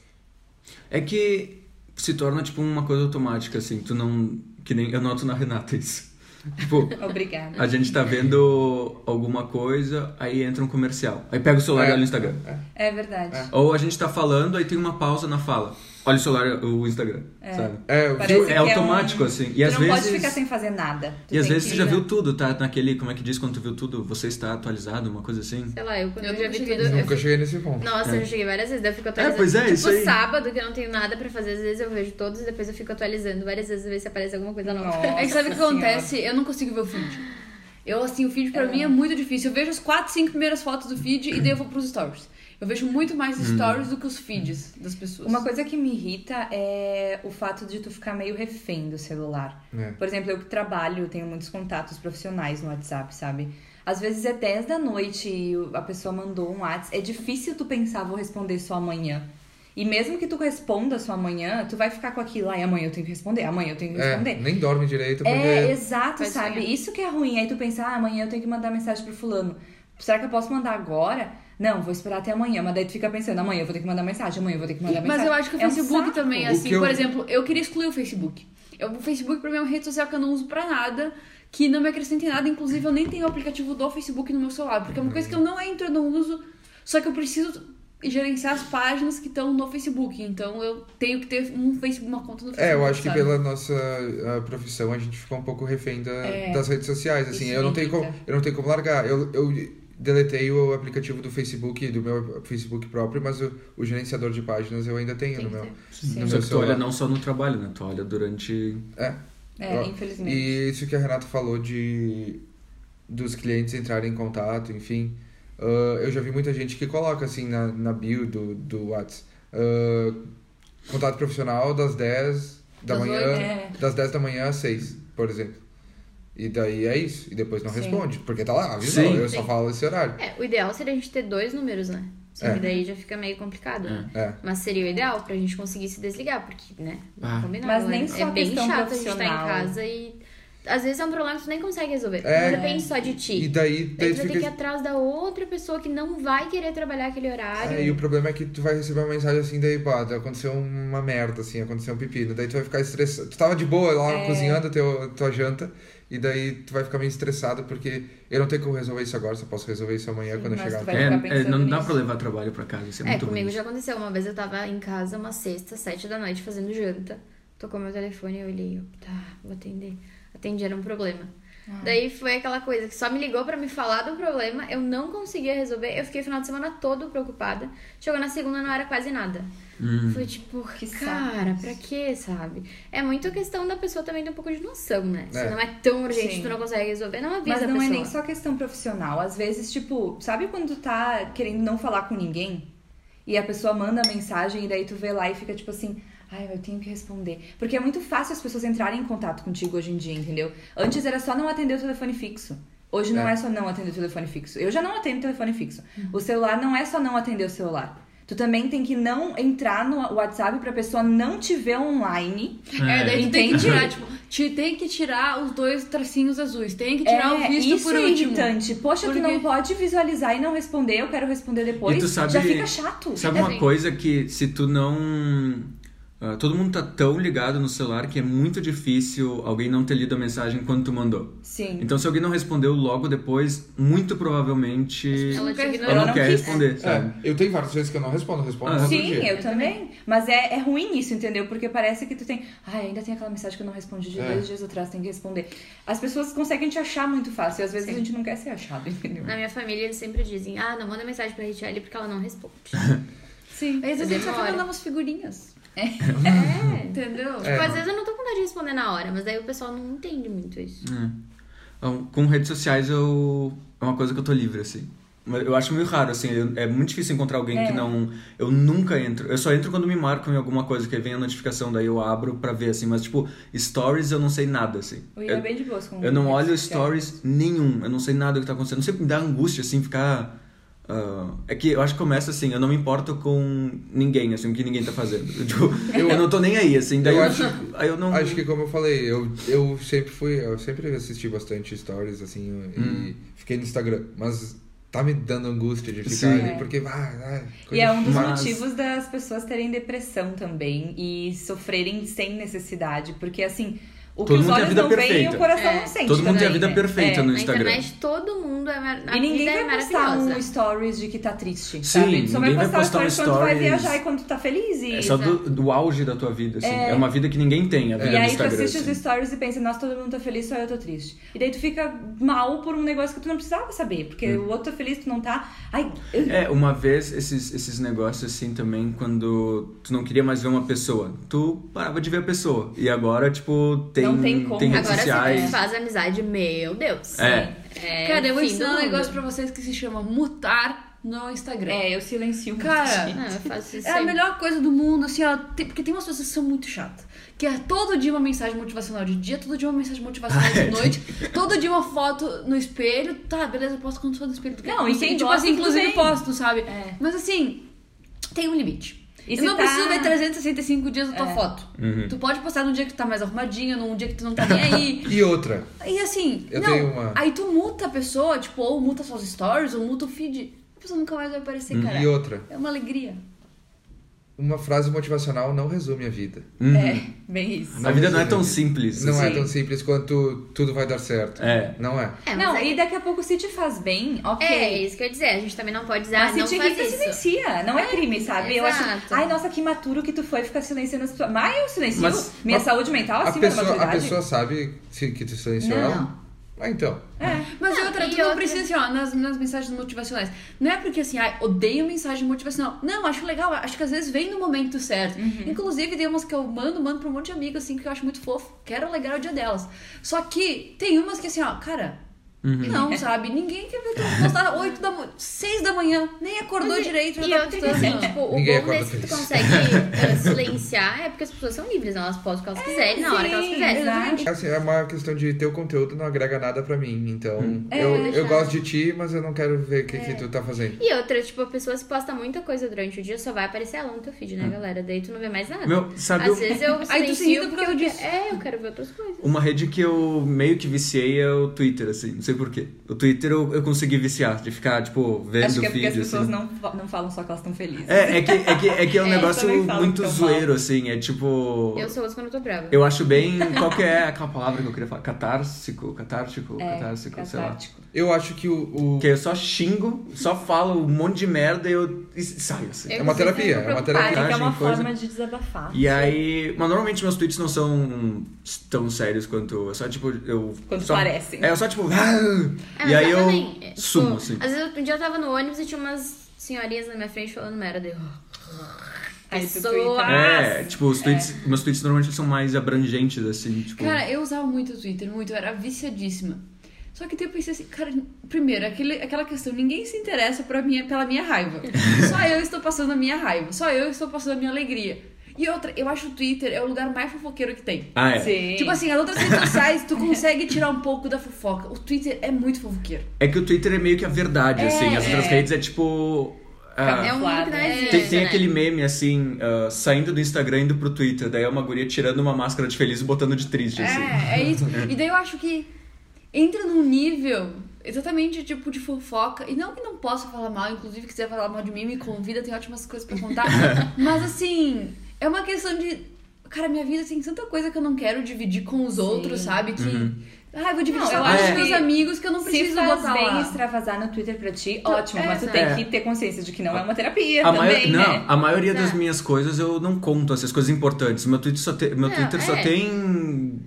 C: É que se torna, tipo, uma coisa automática, assim, tu não. Que nem. Eu noto na Renata isso. Tipo,
E: Obrigada.
C: a gente tá vendo alguma coisa, aí entra um comercial. Aí pega o celular e
B: É,
C: olha o Instagram.
E: É verdade.
C: Ou a gente tá falando, aí tem uma pausa na fala. Olha o celular e o Instagram, sabe?
B: É, eu-
E: Parece que
C: É
E: um-
C: automático, assim. E
E: tu
C: às
E: não
C: vezes.
E: pode ficar sem fazer nada. Tu
C: E às
E: tem
C: vezes
E: que- né?
C: tu já viu tudo, tá? Naquele, como é que diz quando tu viu tudo? Você está atualizado, uma coisa assim?
A: Sei lá, eu quando
D: Eu
A: eu já
D: nunca
A: vi
D: cheguei
A: tudo.
D: nessa.
A: eu
B: nunca cheguei nesse ponto.
A: Nossa, eu cheguei várias vezes, daí eu fico atualizando.
C: pois é,
A: tipo,
C: isso aí.
A: sábado, que eu não tenho nada pra fazer, às vezes eu vejo todos e depois eu fico atualizando várias vezes, ver se aparece alguma coisa nova.
E: Nossa
D: É que sabe o que
E: Senhora.
D: acontece? Eu não consigo ver o feed. Eu, assim, o feed pra mim é muito difícil. Eu vejo as 4, 5 primeiras fotos do feed e daí eu vou pros stories. Eu vejo muito mais stories do que os feeds das pessoas.
E: Uma coisa que me irrita é o fato de tu ficar meio refém do celular.
B: É.
E: Por exemplo, eu que trabalho, tenho muitos contatos profissionais no WhatsApp, sabe? Às vezes é 10 da noite e o- a pessoa mandou um WhatsApp. É difícil tu pensar, vou responder só amanhã. E mesmo que tu responda só amanhã, tu vai ficar com aquilo, ai, amanhã eu tenho que responder, amanhã eu tenho que
B: É,
E: responder.
B: nem dorme direito porque.
E: É, exato,
D: Faz
E: sabe?
D: diferença.
E: Isso que é ruim. Aí tu pensa, ah, amanhã eu tenho que mandar mensagem pro fulano. Será que eu posso mandar agora? Não, vou esperar até amanhã. Mas daí tu fica pensando, amanhã eu vou ter que mandar mensagem, amanhã eu vou ter que mandar mensagem.
D: Mas eu acho que o
E: É um
D: Facebook
E: saco.
D: também,
B: O
D: assim,
B: que eu-
D: por exemplo, eu queria excluir o Facebook. Eu, o Facebook pra mim é uma rede social que eu não uso pra nada, que não me acrescenta em nada. Inclusive, eu nem tenho o aplicativo do Facebook no meu celular, porque é uma coisa que eu não entro, eu não uso. Só que eu preciso gerenciar as páginas que estão no Facebook. Então, eu tenho que ter um Facebook, uma conta no Facebook.
B: É, eu acho que
D: sabe?
B: pela nossa ah, profissão a gente ficou um pouco refém da-
E: É.
B: das redes sociais, assim.
E: Isso
B: Eu não,
E: me
B: tenho como,
E: irrita.
B: eu não tenho como largar. Eu, eu deletei o aplicativo do Facebook, do meu Facebook próprio, mas o, o gerenciador de páginas eu ainda tenho
D: Tem
B: no
D: que
B: meu.
D: ter.
B: No
C: Só
B: meu
C: que tu olha
B: celular.
C: não só no trabalho, né? Tu olha durante.
B: É.
E: É,
B: Ó,
E: infelizmente.
B: E isso que a Renata falou de dos clientes entrarem em contato, enfim. Ah, eu já vi muita gente que coloca assim na, na bio do, do Whats. ah, contato profissional das 10 da
D: Das
B: manhã.
D: oito,
E: é.
B: Das 10 da manhã às 6, por exemplo. E daí é isso. E depois não
E: Sim.
B: responde, porque tá lá, avisou.
C: Sim.
B: eu só falo esse horário.
A: É, o ideal seria a gente ter dois números, né? Só que
B: É.
A: daí já fica meio complicado, né?
B: É.
A: Mas seria o ideal pra gente conseguir se desligar, porque, né?
C: Ah.
A: Combinado,
E: Mas nem
A: né?
E: só
A: É bem
E: questão
A: chato a gente estar em
E: profissional.
A: casa e Às vezes é um problema que tu nem consegue resolver.
B: É.
A: Não depende só de ti.
B: E daí, daí
A: Aí tu
B: tu
A: vai
B: fica.
A: ter que ir atrás da outra pessoa que não vai querer trabalhar aquele horário.
B: É, e o problema é que tu vai receber uma mensagem assim, daí, pá, aconteceu uma merda, assim, aconteceu um pepino. Daí tu vai ficar estressado. Tu tava de boa lá
E: É.
B: cozinhando teu, tua janta, e daí tu vai ficar meio estressado porque eu não tenho como resolver isso agora, só posso resolver isso amanhã
E: Sim,
B: quando eu
E: mas
B: chegar.
E: tu
B: aqui.
E: vai ficar
C: É, é, não
E: pensando
C: dá
E: nisso.
C: pra levar trabalho pra casa, isso é,
A: É,
C: muito
A: comigo
C: ruim.
A: já aconteceu. Uma vez eu tava em casa, uma sexta, sete da noite, fazendo janta. Tocou meu telefone, eu olhei, eu, tá, vou atender. Atendi, era um problema.
E: Ah.
A: Daí foi aquela coisa que só me ligou pra me falar do problema, eu não conseguia resolver, eu fiquei o final de semana todo preocupada. Chegou na segunda, não era quase nada.
C: Hum.
A: Foi tipo,
E: Que
A: cara, pra quê, sabe? É muito questão da pessoa também ter um pouco de noção, né?
B: É.
A: Se não é tão urgente,
E: Sim.
A: tu não consegue resolver, não avisa
E: Mas
A: a
E: não
A: pessoa.
E: é nem só questão profissional. Às vezes, tipo, sabe quando tu tá querendo não falar com ninguém? E a pessoa manda a mensagem e daí tu vê lá e fica tipo assim, ai, eu tenho que responder. Porque é muito fácil as pessoas entrarem em contato contigo hoje em dia, entendeu? Antes era só não atender o telefone fixo. Hoje não é, só não atender o telefone fixo. Eu já não atendo o telefone fixo.
D: Uhum.
E: O celular não é só não atender o celular. Tu também tem que não entrar no WhatsApp pra pessoa não te ver online.
D: É, daí tu tem que
E: Entende?
D: tirar, tipo, te, tem que tirar os dois tracinhos azuis, tem que tirar
E: É,
D: o visto
E: isso
D: por
E: é
D: último.
E: irritante. Poxa,
D: Porque-
E: tu não pode visualizar e não responder, eu quero responder depois.
C: E tu sabe-
E: Já fica chato.
C: Sabe
A: Ainda
C: uma
A: bem.
C: coisa que se tu não. ah, todo mundo tá tão ligado no celular que é muito difícil alguém não ter lido a mensagem quando tu mandou.
E: Sim.
C: Então se alguém não respondeu logo depois, muito provavelmente
A: Ela te
E: Ela
C: ela não,
A: ignorou.
E: não
C: quer
E: quis.
C: responder, sabe?
B: É, eu tenho várias vezes que eu não respondo, eu respondo
C: Ah.
B: no outro
E: Sim,
B: dia.
E: eu também. Mas é, é ruim isso, entendeu? Porque parece que tu tem. Ai, ainda tem aquela mensagem que eu não respondi de
B: É.
E: dois dias atrás, tem que responder. As pessoas conseguem te achar muito fácil. E às vezes a gente não quer ser achado, entendeu?
A: Na minha família, eles sempre dizem, ah, não manda mensagem pra Richelle porque ela não responde.
E: Sim.
D: Às vezes a gente só quer
A: Demora.
D: mandar umas figurinhas,
A: é.
D: entendeu?
B: É.
A: Tipo, às vezes eu não tô com vontade de responder na hora, mas daí o pessoal não entende muito isso.
C: É. Então, com redes sociais eu. É uma coisa que eu tô livre, assim. Mas Eu acho meio raro, assim, eu- é muito difícil encontrar alguém que não. Eu nunca entro. Eu só entro quando me marcam em alguma coisa, que aí vem a notificação, daí eu abro pra ver, assim, mas tipo, stories eu não sei nada, assim.
E: O Ian é
C: Eu-
E: bem de boas com
C: Eu não
E: redes
C: olho
E: sociais.
C: stories nenhum. Eu não sei nada do que tá acontecendo. Não sei, me dá angústia, assim, ficar. ah, é que eu acho que começa assim, eu não me importo com ninguém, assim, o que ninguém tá fazendo. Tipo, eu, não tô nem aí, assim, daí
B: eu
C: eu,
B: acho-
C: aí eu não.
B: Acho que como eu falei, eu, eu sempre fui, eu sempre assisti bastante stories, assim, e fiquei no Instagram, mas tá me dando angústia de ficar
C: Hum. Sim.
B: ali,
E: É.
B: porque, ah, ah,
E: E é um dos
C: Mas-
E: motivos das pessoas terem depressão também e sofrerem sem necessidade, porque assim, o que
C: Todo mundo
E: os
C: tem a
E: olhos
C: vida
E: não veem e
C: perfeita.
E: o coração
D: É.
E: não sente.
C: Todo mundo tem a
E: também,
C: vida
E: né?
C: perfeita
E: É.
C: no
A: na
C: Instagram.
A: internet, todo mundo é mar... a
E: E ninguém
A: vida é
E: vai postar
A: maravilhosa.
E: um stories de que tá triste,
C: Sim,
E: sabe? Tu só vai
C: ninguém vai
E: postar,
C: postar
E: um
C: um
E: stories quando tu vai
C: stories.
E: viajar e quando tu tá feliz. E,
C: É só do, do auge da tua vida, assim. É, uma vida que ninguém tem, a vida
E: e
C: do
E: É, aí tu
C: Instagram.
E: assiste os
C: assim.
E: stories e pensa, nossa, todo mundo tá feliz, só eu tô triste. E daí tu fica mal por um negócio que tu não precisava saber, porque
C: Hum.
E: o outro tá feliz, tu não tá. Ai, eu-
C: É, uma vez esses, esses negócios assim também, quando tu não queria mais ver uma pessoa, tu parava de ver a pessoa. E agora, tipo, tem,
E: Não tem como. é
C: redes
A: Agora se
C: sociais.
A: tu faz amizade, meu Deus.
C: É.
A: É
D: Cara, eu
A: o
D: vou
A: fim
D: ensinar
A: do
D: um
A: mundo.
D: negócio pra vocês que se chama mutar no Instagram.
E: É, eu silencio muito.
D: Cara,
A: Não, eu faço isso
D: É a
A: sempre.
D: melhor coisa do mundo, assim, ó. tem- porque tem umas pessoas que são muito chatas. Que é todo dia uma mensagem motivacional de dia, todo dia uma mensagem motivacional
E: É,
D: de noite, todo dia uma foto no espelho. Tá, beleza, eu posto quando sou no espelho.
E: Não, e quem
D: tipo
E: gosta,
D: assim,
E: tudo
D: inclusive
E: bem.
D: posto, sabe?
E: É.
D: Mas assim, tem um limite.
E: E
D: eu
E: se
D: não
E: tá-
D: preciso ver 365 dias da tua
E: É.
D: foto.
B: Uhum.
D: Tu pode postar num dia que tu tá mais arrumadinho, num dia que tu não tá nem aí.
B: E outra,
D: E assim,
B: Eu
D: não,
B: tenho uma-
D: aí tu multa a pessoa, tipo, ou multa suas stories, ou multa o feed. A pessoa nunca mais vai aparecer, cara.
B: Uhum. e outra.
D: É uma alegria.
B: Uma frase motivacional não resume a vida.
E: É, bem isso.
C: Uhum. A vida não é tão simples.
B: Não
C: assim.
B: é tão simples quanto tudo vai dar certo.
C: É.
B: Não é.
A: É, mas
E: não,
A: é-
E: e daqui a pouco se te faz bem, ok.
A: É, isso que eu ia dizer. A gente também não pode dizer, ah,
E: Mas se
A: não
E: te
A: faz
E: irrita,
A: isso.
E: silencia. Não é crime, sabe? Eu acho.
A: Exato.
E: Ai, nossa, que maturo que tu foi ficar silenciando as pessoas. Mas eu silencio.
C: Mas-
E: Minha
C: mas-
E: saúde mental
B: A
E: acima da
B: pessoa, a
E: maturidade.
B: pessoa sabe se- que tu silenciou
A: Não.
B: ela? Ah, então.
D: Mas
A: Não,
D: outra,
A: e
D: tu não
A: outra-
D: precisa, assim, ó, nas, nas mensagens motivacionais. Não é porque, assim, ai, odeio mensagem motivacional. Não, acho legal, acho que às vezes vem no momento certo. Inclusive, tem umas que eu mando, mando pra um monte de amigo, assim, que eu acho muito fofo. Quero alegrar o dia delas. Só que tem umas que, assim, ó, cara, Não, sabe? Ninguém quer ver tu postar 8 da manhã, 6 da manhã, nem acordou
A: Mas e-
D: direito,
A: E
D: já tá
A: outra questão,
D: postando.
A: tipo, o
B: Ninguém
A: bom
B: acorda
A: desse que tu
B: feliz.
A: consegue eh, silenciar é porque as pessoas são livres, né? elas postam o que elas quiserem, na hora que elas
E: É, sim,
A: quiserem.
E: exato.
B: Assim, é uma questão de teu conteúdo não agrega nada pra mim. Então,
A: É,
B: eu,
A: já.
B: eu gosto de ti, mas eu não quero ver o que, que tu tá fazendo.
A: E outra, tipo, a pessoa se posta muita coisa durante o dia, só vai aparecer ela no teu feed, né, galera? Daí tu não vê mais nada.
C: Hum. Meu, sabe
A: Às
C: o-
A: vezes eu
D: Aí tu se irrita
A: silencio
D: por
A: porque
D: causa
A: eu
D: disso.
A: quero... É, eu quero ver outras coisas.
C: Uma rede que eu meio que viciei é o Twitter, assim, não sei porquê. O Twitter eu, eu consegui viciar, de ficar, tipo, vendo
E: Acho que é porque
C: vídeo,
E: as pessoas
C: assim.
E: não, fa- não falam só que elas estão felizes.
C: É, é que é, que, é, que é um
E: É, eu
C: negócio
E: também falo
C: muito
E: que eu falo.
C: zoeiro, assim, é tipo...
A: Eu sou outra quando eu tô brava.
C: Eu acho bem... Qual que é aquela palavra que eu queria falar? Catársico, catártico, catársico, tipo, sei lá.
E: catártico.
B: Eu acho que o. o-
C: Que eu só xingo, só falo um monte de merda e eu e saio, assim.
A: Eu
B: É uma
A: não sei se
B: terapia,
A: eu tô
B: é uma
A: preocupada.
B: terapia.
F: Ah, que é uma
C: coisa.
F: forma de desabafar.
C: E aí, mas normalmente meus tweets não são tão sérios quanto. É só tipo, eu.
E: Quanto
C: só,
E: parecem.
C: É, eu só tipo.
A: É,
C: e
A: mas
C: aí eu
A: também, é, tipo,
C: sumo, assim.
A: Às vezes um dia eu tava no ônibus e tinha umas senhorinhas na minha frente falando merda. Eu...
E: Aí tu
A: Pessoa!
E: twitta.
C: É, tipo, os tweets. Meus tweets normalmente são mais abrangentes, assim, tipo.
D: Cara, eu usava muito o Twitter, muito, eu era viciadíssima. Só que daí eu pensei assim, cara, primeiro, aquele, aquela questão, ninguém se interessa pra minha, pela minha raiva. Só eu estou passando a minha raiva, só eu estou passando a minha alegria. E outra, eu acho o Twitter é o lugar mais fofoqueiro que tem.
C: ah, é.
E: Sim.
D: Tipo assim, as outras redes sociais, tu consegue tirar um pouco da fofoca. O Twitter é muito fofoqueiro.
C: É que o Twitter é meio que a verdade, assim. As outras
E: é.
C: redes é tipo. ah,
A: É um mundo que não
E: É,
A: existe,
C: Tem, tem
A: né?
C: aquele meme assim, ah, saindo do Instagram indo pro Twitter, daí é uma guria tirando uma máscara de feliz e botando de triste, assim.
D: É, é isso. E daí eu acho que entra num nível exatamente tipo de fofoca. E não que não possa falar mal, inclusive quiser falar mal de mim, me convida, tem ótimas coisas pra contar. Mas assim, é uma questão de. Cara, minha vida tem tanta coisa que eu não quero dividir com os outros, sabe? Que.
C: Uhum.
D: Ah, eu vou dividir
E: Não,
D: só
E: eu
D: com os
E: acho
D: meus
E: que
D: amigos que eu não
E: Se
D: preciso
E: faz
D: botar
E: bem
D: lá.
E: extravasar no Twitter pra ti, ótimo.
A: é,
E: mas tu
A: né?
E: tem que ter consciência de que não é uma terapia
C: A
E: também,
C: maior-
E: né?
C: Não, a maioria das
A: É.
C: minhas coisas eu não conto essas coisas importantes. Meu Twitter só, te- meu
A: Não,
C: Twitter só
A: é.
C: tem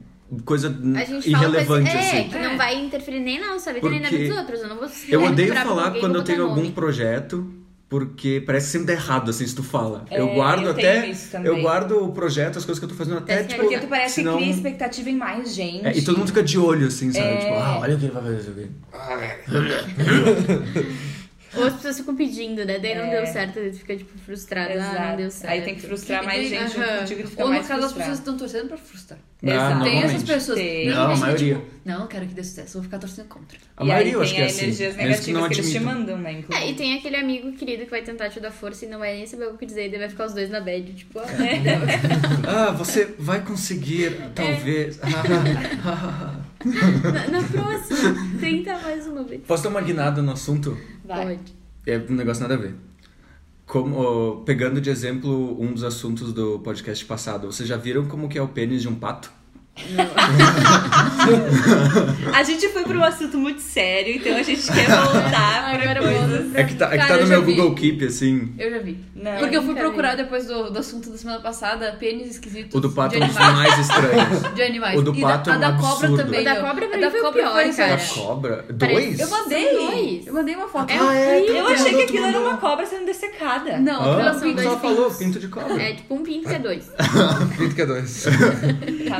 C: coisa
A: A gente fala
C: irrelevante,
A: coisa, é,
C: assim.
A: que não vai interferir nem na nossa vida, nem na
C: Porque
A: vida dos outros. Eu não vou
C: Eu
A: procurar
C: odeio
A: por
C: falar
A: alguém e
C: quando eu
A: botar
C: tenho algum
A: nome.
C: projeto, porque parece que sempre dá errado, assim, se tu fala.
E: É,
C: eu guardo
E: eu
C: até.
E: tenho isso também.
C: eu guardo o projeto, as coisas que eu tô fazendo até,
A: Parece que
C: tipo.
E: Porque tu parece
C: senão-
E: que cria expectativa em mais gente.
C: É, e todo mundo fica de olho, assim, sabe? Tipo, ah, olha o que ele vai fazer isso aqui.
B: Ah, é.
A: Ou as pessoas ficam pedindo, né? Daí não
E: É.
A: deu certo, daí tu fica, tipo, frustrado. Ah, não
E: Exato.
A: deu certo.
E: Aí tem que frustrar
D: E
E: mais
D: daí,
E: gente
D: aham.
E: junto contigo e tu fica
D: Ou no
E: mais
D: caso, as pessoas
E: frustrado.
D: estão torcendo pra frustrar.
E: Exato.
C: Ah,
D: Tem essas
C: normalmente.
D: pessoas.
E: Tem.
D: Não,
C: Não, a
D: deixa,
C: maioria.
D: tipo, não, eu quero que dê sucesso, eu vou ficar torcendo contra.
C: A
E: e
C: maioria
E: aí
C: eu acho
E: tem
C: que é
E: as
C: assim.
E: energias
C: mesmo que
E: negativas
C: não
E: que, eles te
C: admitam.
E: mandam, né? Inclusive.
A: É, e tem aquele amigo querido que vai tentar te dar força e não vai nem saber o que dizer, e daí vai ficar os dois na bad, tipo, ah,
C: Ah, você vai conseguir, talvez.
A: na, na próxima, tenta mais uma vez.
C: Posso dar uma guinada no assunto?
E: Vai.
A: Pode.
C: É um negócio nada a ver. Como, ó, pegando de exemplo um dos assuntos do podcast passado, vocês já viram como que é o pênis de um pato?
E: A gente foi pra um assunto muito sério, então a gente quer voltar pra
A: Agora
E: coisas.
A: vamos.
C: É que tá, é que
D: Cara,
C: tá
D: eu
C: no
D: já
C: meu
D: vi.
C: Google Keep, assim.
D: Eu já vi.
E: Não.
D: Porque eu fui
A: Nunca
D: procurar
A: vi.
D: depois do, do assunto da semana passada, pênis esquisitos
C: O do pato
D: de
C: é um dos
D: animais.
C: mais estranhos.
D: De animais.
C: O do
D: E
C: pato
D: da,
C: é um
D: a da
C: absurdo.
D: cobra também.
A: O da
D: eu-
A: cobra pra
D: a
A: mim foi o pior,
D: foi-
A: cara.
C: A cobra?
A: Parece-
C: Dois? Ah,
D: Eu mandei.
A: Dois.
D: Eu mandei uma foto.
A: É horrível.
E: Eu achei que aquilo era uma cobra sendo dessecada.
D: um- Não,
C: um Hã?
D: aquela
A: São
D: pinto-
C: Pinto
A: dois
C: só falou,
A: pintos.
C: pinto de cobra.
A: É tipo um pinto que é dois.
B: Acredito que é dois.
E: Tá,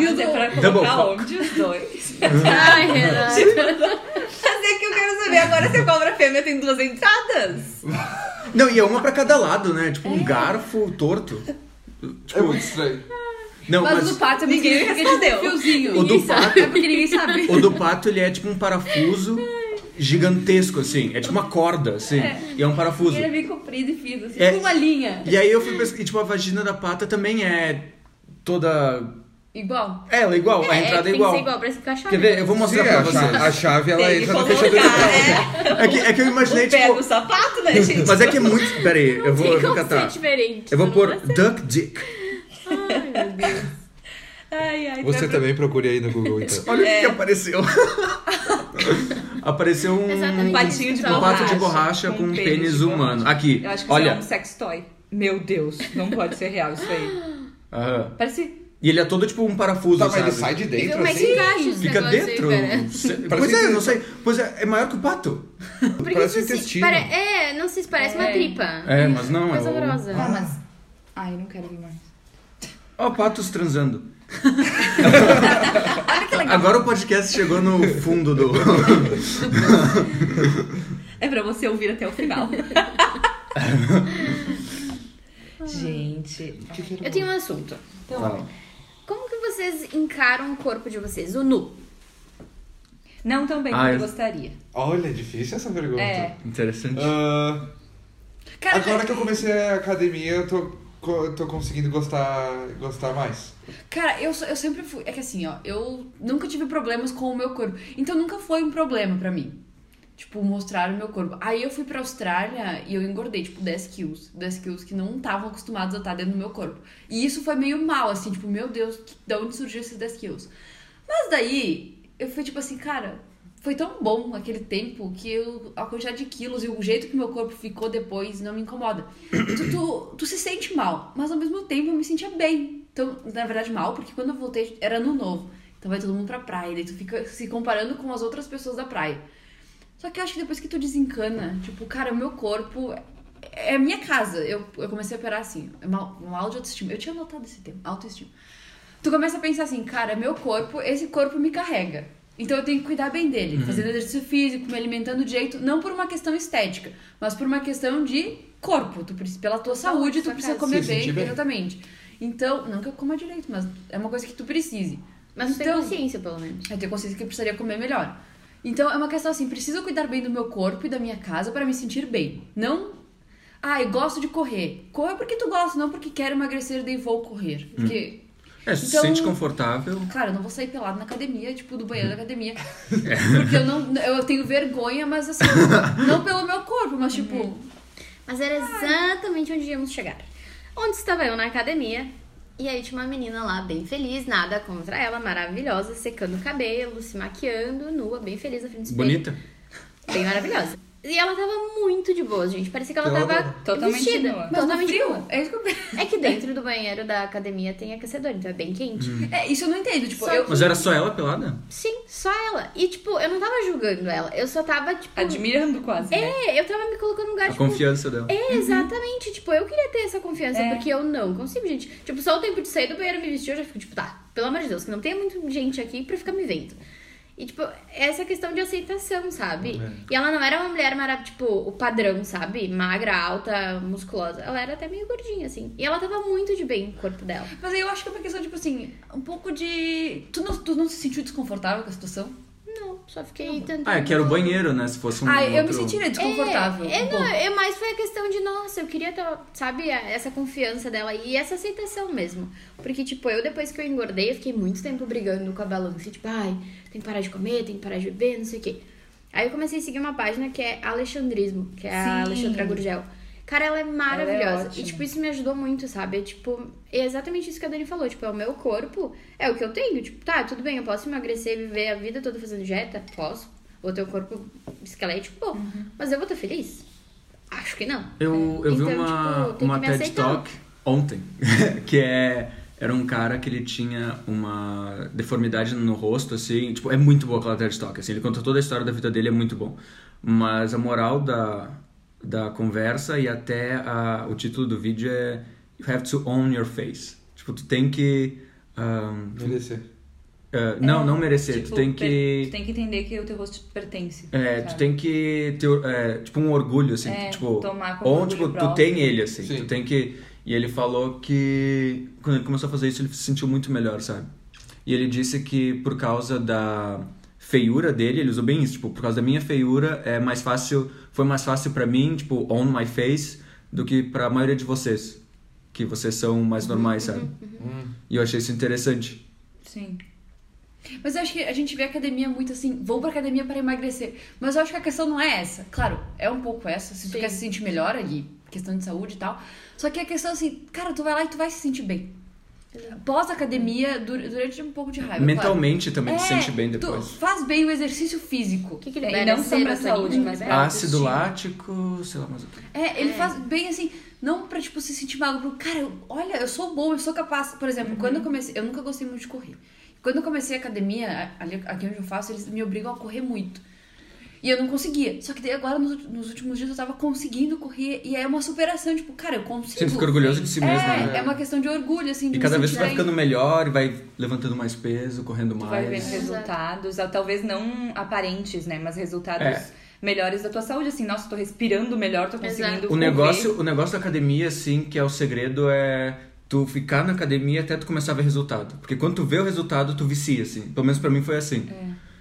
D: E o
E: mas é
D: do-
E: pra
C: Double
E: colocar
C: fuck.
E: onde os dois?
A: Ai, Renato.
E: Mas é que eu quero saber agora se a cobra fêmea tem duas entradas.
C: Não, e é uma pra cada lado, né? Tipo, um garfo torto.
B: É
C: Tipo,
B: muito estranho.
C: não,
D: Mas,
C: mas...
D: o do pato é muito
E: Ninguém
D: esquisito, porque
E: respondeu.
D: ele tem um fiozinho.
C: O do
D: Ninguém sabe,
C: pato-
D: É porque ninguém sabe.
C: O do pato, ele é tipo um parafuso gigantesco, assim. É tipo uma corda, assim. E é um parafuso.
D: Ele é bem comprido e fino, assim,
C: É.
D: com uma linha.
C: E aí eu fui pesquisar. E tipo, a vagina da pata também é toda.
D: Igual.
C: Ela é igual, a entrada é,
A: tem
C: igual.
A: que ser igual pra se encaixar.
C: Quer
A: né?
C: ver? Eu vou mostrar
B: Sim,
C: pra
B: a, chave, a
C: vocês.
B: chave ela
E: Tem que
B: entra na
E: colocar,
B: fechadura da
E: é.
C: É que, é que eu imaginei,
E: O pé no
C: tipo.
E: sapato, né, gente?
C: Mas é que é muito. Pera aí, eu vou,
A: Tem como
C: eu vou
A: ser um
C: catar.
A: diferente.
C: Eu vou
A: não
C: pôr
A: vai ser.
C: Duck Dick.
A: Ai, meu Deus.
E: Ai, ai,
B: Você
E: tá-
B: também procure aí no Google, então.
C: Olha o que apareceu. apareceu um.
A: Exatamente.
E: Um patinho de
A: Um
C: Um
E: borracha.
C: pato de borracha com um
E: de
C: pênis
E: borracha.
C: humano. Aqui,
E: Eu acho que isso é
C: olha.
E: um sex toy. Meu Deus, não pode ser real isso aí.
C: Aham.
E: Parece.
C: E ele é todo tipo um parafuso,
B: Tá, mas
C: sabe?
B: ele sai de
A: E
B: dentro
A: como é
B: assim?
A: que encaixa esse
C: Fica
A: negócio
C: dentro.
A: aí, cara?
C: Se-
B: Parece
C: Pois é,
B: que-
C: não sei. Pois é, é maior que o pato.
A: Porque
B: Parece um
A: isso, assim,
B: intestino.
A: pare- É, não sei se parece uma
E: É.
A: tripa.
C: É, mas não,
A: Coisa
C: é o-
A: horrorosa.
E: Ah, mas. Ai, não quero ver mais.
C: Ó, patos transando.
D: Olha que legal.
C: Agora o podcast chegou no fundo do.
E: É pra você ouvir até o final. Gente.
A: Eu tenho um assunto.
D: Então,
C: Fala.
A: Como que vocês encaram o corpo de vocês? O nu.
E: Não tão bem
C: Ah,
E: quanto
C: eu-
E: gostaria.
B: Olha, é difícil essa pergunta.
E: É.
C: Interessante.
B: Ah,
D: Cara,
B: agora que eu comecei a academia, eu tô, co- tô conseguindo gostar, gostar mais.
D: Cara, eu, sou- eu sempre fui. É que assim, ó, eu nunca tive problemas com o meu corpo. Então nunca foi um problema pra mim. Tipo, mostrar o meu corpo. Aí eu fui pra Austrália e eu engordei, tipo, 10 quilos. 10 quilos que não estavam acostumados a estar dentro do meu corpo. E isso foi meio mal, assim, tipo, meu Deus, que- de onde surgiu esses 10 quilos? Mas daí, eu fui tipo assim, cara, foi tão bom aquele tempo que eu, a quantidade de quilos e o jeito que meu corpo ficou depois não me incomoda. Tu, tu, tu se sente mal, mas ao mesmo tempo eu me sentia bem. Então, na verdade, mal, porque quando eu voltei era ano novo. Então vai todo mundo pra praia, daí tu fica se comparando com as outras pessoas da praia. Só que eu acho que depois que tu desencana, tipo, cara, o meu corpo é a minha casa. Eu, eu comecei a operar assim, é uma, uma aula de autoestima. Eu tinha notado esse tema, autoestima. Tu começa a pensar assim, cara, meu corpo, esse corpo me carrega. Então eu tenho que cuidar bem dele,
B: Uhum.
D: fazendo exercício físico, me alimentando direito, não por uma questão estética, mas por uma questão de corpo. Tu, precisa- pela tua saúde, tu
E: sua
D: precisa
E: casa.
D: comer
B: Se
D: bem,
B: sentir bem.
D: exatamente. Então, não que eu coma direito, mas é uma coisa que tu precise.
A: Mas tu tem
D: Então-
A: consciência, pelo menos.
D: Eu tenho consciência que eu precisaria comer melhor. Então é uma questão assim, preciso cuidar bem do meu corpo e da minha casa para me sentir bem. Não, ai, gosto de correr. Corre porque tu gosta, não porque quero emagrecer daí vou correr.
C: Hum.
D: Porque,
C: É, se
D: Então-
C: sente confortável.
D: claro, eu não vou sair pelado na academia, tipo, do banheiro da academia.
C: É.
D: Porque eu não eu tenho vergonha, mas assim, não pelo meu corpo, mas tipo,
A: Uhum. Mas era exatamente onde íamos chegar. Onde estava eu na academia. E aí tinha uma menina lá, bem feliz, nada contra ela, maravilhosa, secando o cabelo, se maquiando, nua, bem feliz na frente do espelho.
C: Bonita.
A: Bem maravilhosa. E ela tava muito de boa, gente. Parecia que ela
B: Então,
A: tava
E: totalmente
A: vestida.
E: nua.
D: mas no
A: totalmente
D: frio.
A: nua.
D: É isso que eu...
A: É que dentro do banheiro da academia tem aquecedor, então é bem quente.
C: Hum.
D: É, isso eu não entendo, tipo,
A: Só
D: eu
C: Mas era só ela pelada?
A: Sim, só ela. E, tipo, eu não tava julgando ela. Eu só tava, tipo.
E: Admirando quase. né?
A: É, eu tava me colocando no lugar,
C: A
A: tipo.
C: confiança Uhum. dela.
A: É, exatamente. Tipo, eu queria ter essa confiança,
E: É.
A: porque eu não consigo, gente. Tipo, só o tempo de sair do banheiro e me vestir, eu já fico, tipo, tá, pelo amor de Deus, que não tenha muito gente aqui pra ficar me vendo. E, tipo, essa questão de aceitação, sabe?
C: É.
A: E ela não era uma mulher, mas era, tipo, o padrão, sabe? Magra, alta, musculosa. Ela era até meio gordinha, assim. E ela tava muito de bem com o corpo dela.
D: Mas aí eu acho que é uma questão, tipo assim, um pouco de. Tu não, tu não se sentiu desconfortável com a situação?
A: Não, só fiquei tentando.
C: Ah, é que era o banheiro, né? Se fosse um.
D: ah, eu me
C: outro-
D: sentiria desconfortável.
A: É, é,
D: um
A: não,
D: pouco.
A: é, mas foi a questão de, nossa, eu queria ter, sabe, a- essa confiança dela e essa aceitação mesmo. Porque, tipo, eu depois que eu engordei, eu fiquei muito tempo brigando com a balança. Tipo, ai, tem que parar de comer, tem que parar de beber, não sei o quê. Aí eu comecei a seguir uma página que é Alexandrismo, que é a
E: Sim.
A: Alexandra Gurgel. Cara, ela é
E: Ela é
A: maravilhosa.
E: ótima.
A: e, tipo, isso me ajudou muito, sabe? É, tipo, é exatamente isso que a Dani falou. Tipo, é o meu corpo, é o que eu tenho. Tipo, tá, tudo bem, eu posso emagrecer, viver a vida toda fazendo dieta? Posso. Vou ter um corpo esquelético, pô.
E: Uhum.
A: Mas eu vou estar feliz? Acho que não.
C: Eu, eu vi
A: Então,
C: uma,
A: tipo, tem
C: uma
A: que me
C: TED
A: aceitar.
C: Talk ontem, que é. Era um cara que ele tinha uma deformidade no rosto, assim. Tipo, é muito boa aquela TED Talk, assim. Ele conta toda a história da vida dele, é muito bom. Mas a moral da, da conversa e até a- o título do vídeo é You have to own your face. Tipo, tu tem que. ahn,
B: Merecer.
A: É,
C: ah, não, não merecer.
E: Tipo,
C: tu tem
E: per-
C: que.
E: tu tem que entender que o teu rosto pertence.
C: É, tu
E: sabe?
C: tem que ter, é, tipo, um orgulho, assim,
E: Tá. É,
C: tipo...
E: tomar como
C: ou,
E: orgulho
C: tipo, tu
E: próprio.
C: tem ele, assim,
B: Sim.
C: tu tem que... E ele falou que, quando ele começou a fazer isso, ele se sentiu muito melhor, sabe? E ele disse que por causa da feiura dele, ele usou bem isso, tipo, por causa da minha feiura, é mais fácil, foi mais fácil pra mim, tipo, on my face, do que pra maioria de vocês, que vocês são
E: Uhum,
C: mais normais, sabe? E eu achei isso interessante.
E: Sim.
D: Mas eu acho que a gente vê a academia muito assim, vou pra academia para emagrecer. Mas eu acho que a questão não é essa. Claro, é um pouco essa, se tu
A: Sim.
D: quer se sentir melhor ali, questão de saúde e tal. Só que a questão assim, cara, tu vai lá e tu vai se sentir bem. Pós academia, dur- durante um pouco de raiva.
C: Mentalmente também
D: claro.
C: tu se
D: É,
C: sente bem depois.
D: Tu faz bem o exercício físico.
A: O que, que
E: É,
A: ele um
E: e
A: vai
E: não só pra saúde, mas
A: né?
E: pra-
C: Ácido
E: é, autoestima.
C: lático, sei lá mais o que.
D: É, ele faz bem assim, não pra, tipo, se sentir mal, pro cara, eu- olha, eu sou bom, eu sou capaz. Por exemplo, quando eu
C: Uhum.
D: comecei, eu nunca gostei muito de correr. Quando eu comecei a academia, a- ali, aqui onde eu faço, eles me obrigam a correr muito. E eu não conseguia. Só que daí agora, nos, ulti- nos últimos dias, eu tava conseguindo correr. E é uma superação, tipo, cara, eu consigo.
C: Você fica orgulhoso de si mesmo,
D: É,
C: né?
D: é uma questão de orgulho, assim. De
C: E
D: me
C: cada vez tu
D: sentir
C: vai
D: bem.
C: ficando melhor e vai levantando mais peso, correndo
E: Tu vai vendo
C: mais.
E: resultados, ah, talvez não aparentes, né? Mas resultados
C: É.
E: melhores da tua saúde, assim, nossa, tô respirando melhor, tô conseguindo.
C: O
E: correr.
C: negócio, o negócio da academia, assim, que é o segredo, é tu ficar na academia até tu começar a ver resultado. Porque quando tu vê o resultado, tu vicia, assim. Pelo menos pra mim foi assim.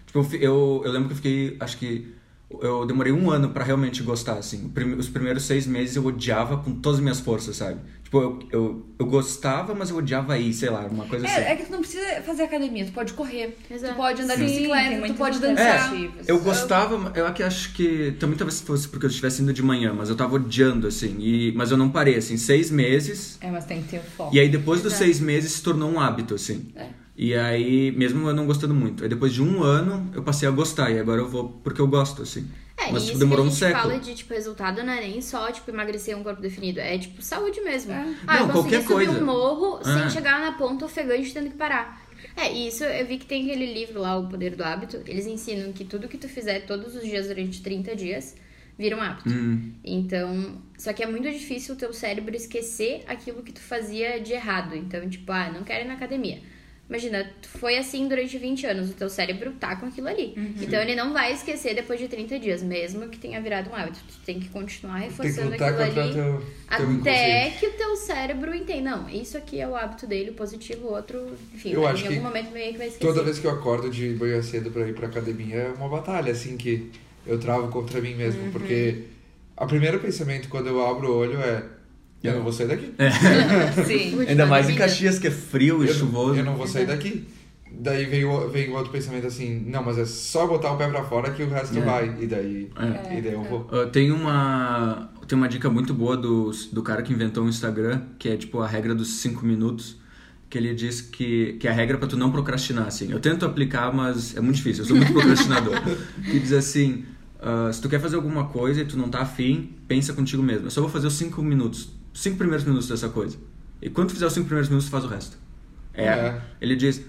C: Tipo, eu, fi- eu, eu lembro que eu fiquei, acho que. Eu demorei um ano pra realmente gostar, assim. O prime- Os primeiros seis meses eu odiava com todas as minhas forças, sabe? Tipo, eu, eu, eu gostava, mas eu odiava aí, sei lá, uma coisa assim.
D: É, é que tu não precisa fazer academia, tu pode correr,
A: Exato.
D: tu pode andar de
E: Sim, tem
D: bicicleta, tu
E: muitas
D: pode
E: alternativas.
D: dançar.
C: É, Eu gostava, mas eu é que acho que também talvez fosse porque eu estivesse indo de manhã, mas eu tava odiando, assim, e, mas eu não parei, assim, seis meses,
E: É, mas tem que ter o foco.
C: e aí depois dos seis meses se tornou um hábito, assim. E aí, mesmo eu não gostando muito, aí depois de um ano eu passei a gostar, e agora eu vou porque eu gosto, assim.
A: É,
C: mas
A: e
C: tipo,
A: isso
C: demorou
A: que a
C: um
A: gente
C: século.
A: fala de, tipo, resultado não é nem só, tipo, emagrecer um corpo definido. É, tipo, saúde mesmo. Ah,
C: Não,
A: eu consegui
C: qualquer
A: subir
C: coisa.
A: um morro
C: É.
A: sem chegar na ponta ofegante tendo que parar. É, e isso eu vi que tem aquele livro lá, O Poder do Hábito. Eles ensinam que tudo que tu fizer todos os dias durante 30 dias vira um hábito. Então, só que é muito difícil o teu cérebro esquecer aquilo que tu fazia de errado. Então, tipo, ah, não quero ir na academia. Imagina, tu foi assim durante 20 anos, o teu cérebro tá com aquilo ali. Então ele não vai esquecer depois de 30 dias, mesmo que tenha virado um hábito. Tu tem que continuar
B: Tem que
A: reforçando
B: lutar
A: aquilo
B: contra
A: ali.
B: teu, teu
A: Até
B: inconsciente.
A: que o teu cérebro entenda, não, isso aqui é o hábito dele, o positivo, o outro, enfim,
B: Eu
A: mas
B: acho
A: em
B: que
A: algum momento meio que vai esquecer.
B: Toda vez que eu acordo de manhã cedo pra ir pra academia é uma batalha, assim, que eu travo contra mim mesmo. Porque o primeiro pensamento quando eu abro o olho é: eu não vou sair daqui.
C: É,
E: Sim.
A: Continuar
C: Ainda mais em
A: dormindo.
C: Caxias, que é frio e
B: eu,
C: chuvoso.
B: eu não vou sair daqui. Daí vem o vem o outro pensamento assim: não, mas é só botar o pé pra fora que o resto
C: É.
B: vai. E daí,
C: É.
B: e daí eu vou.
C: Ah, tem uma tem uma dica muito boa do, do cara que inventou o Instagram, que é tipo a regra dos 5 minutos, que ele diz que, que é a regra pra tu não procrastinar, assim. Eu tento aplicar, mas é muito difícil, eu sou muito procrastinador. que diz assim, ah, se tu quer fazer alguma coisa e tu não tá afim, pensa contigo mesmo. Eu só vou fazer os 5 minutos, 5 primeiros minutos dessa coisa. E quando tu fizer os 5 primeiros minutos, tu faz o resto. É,
B: É.
C: ele diz,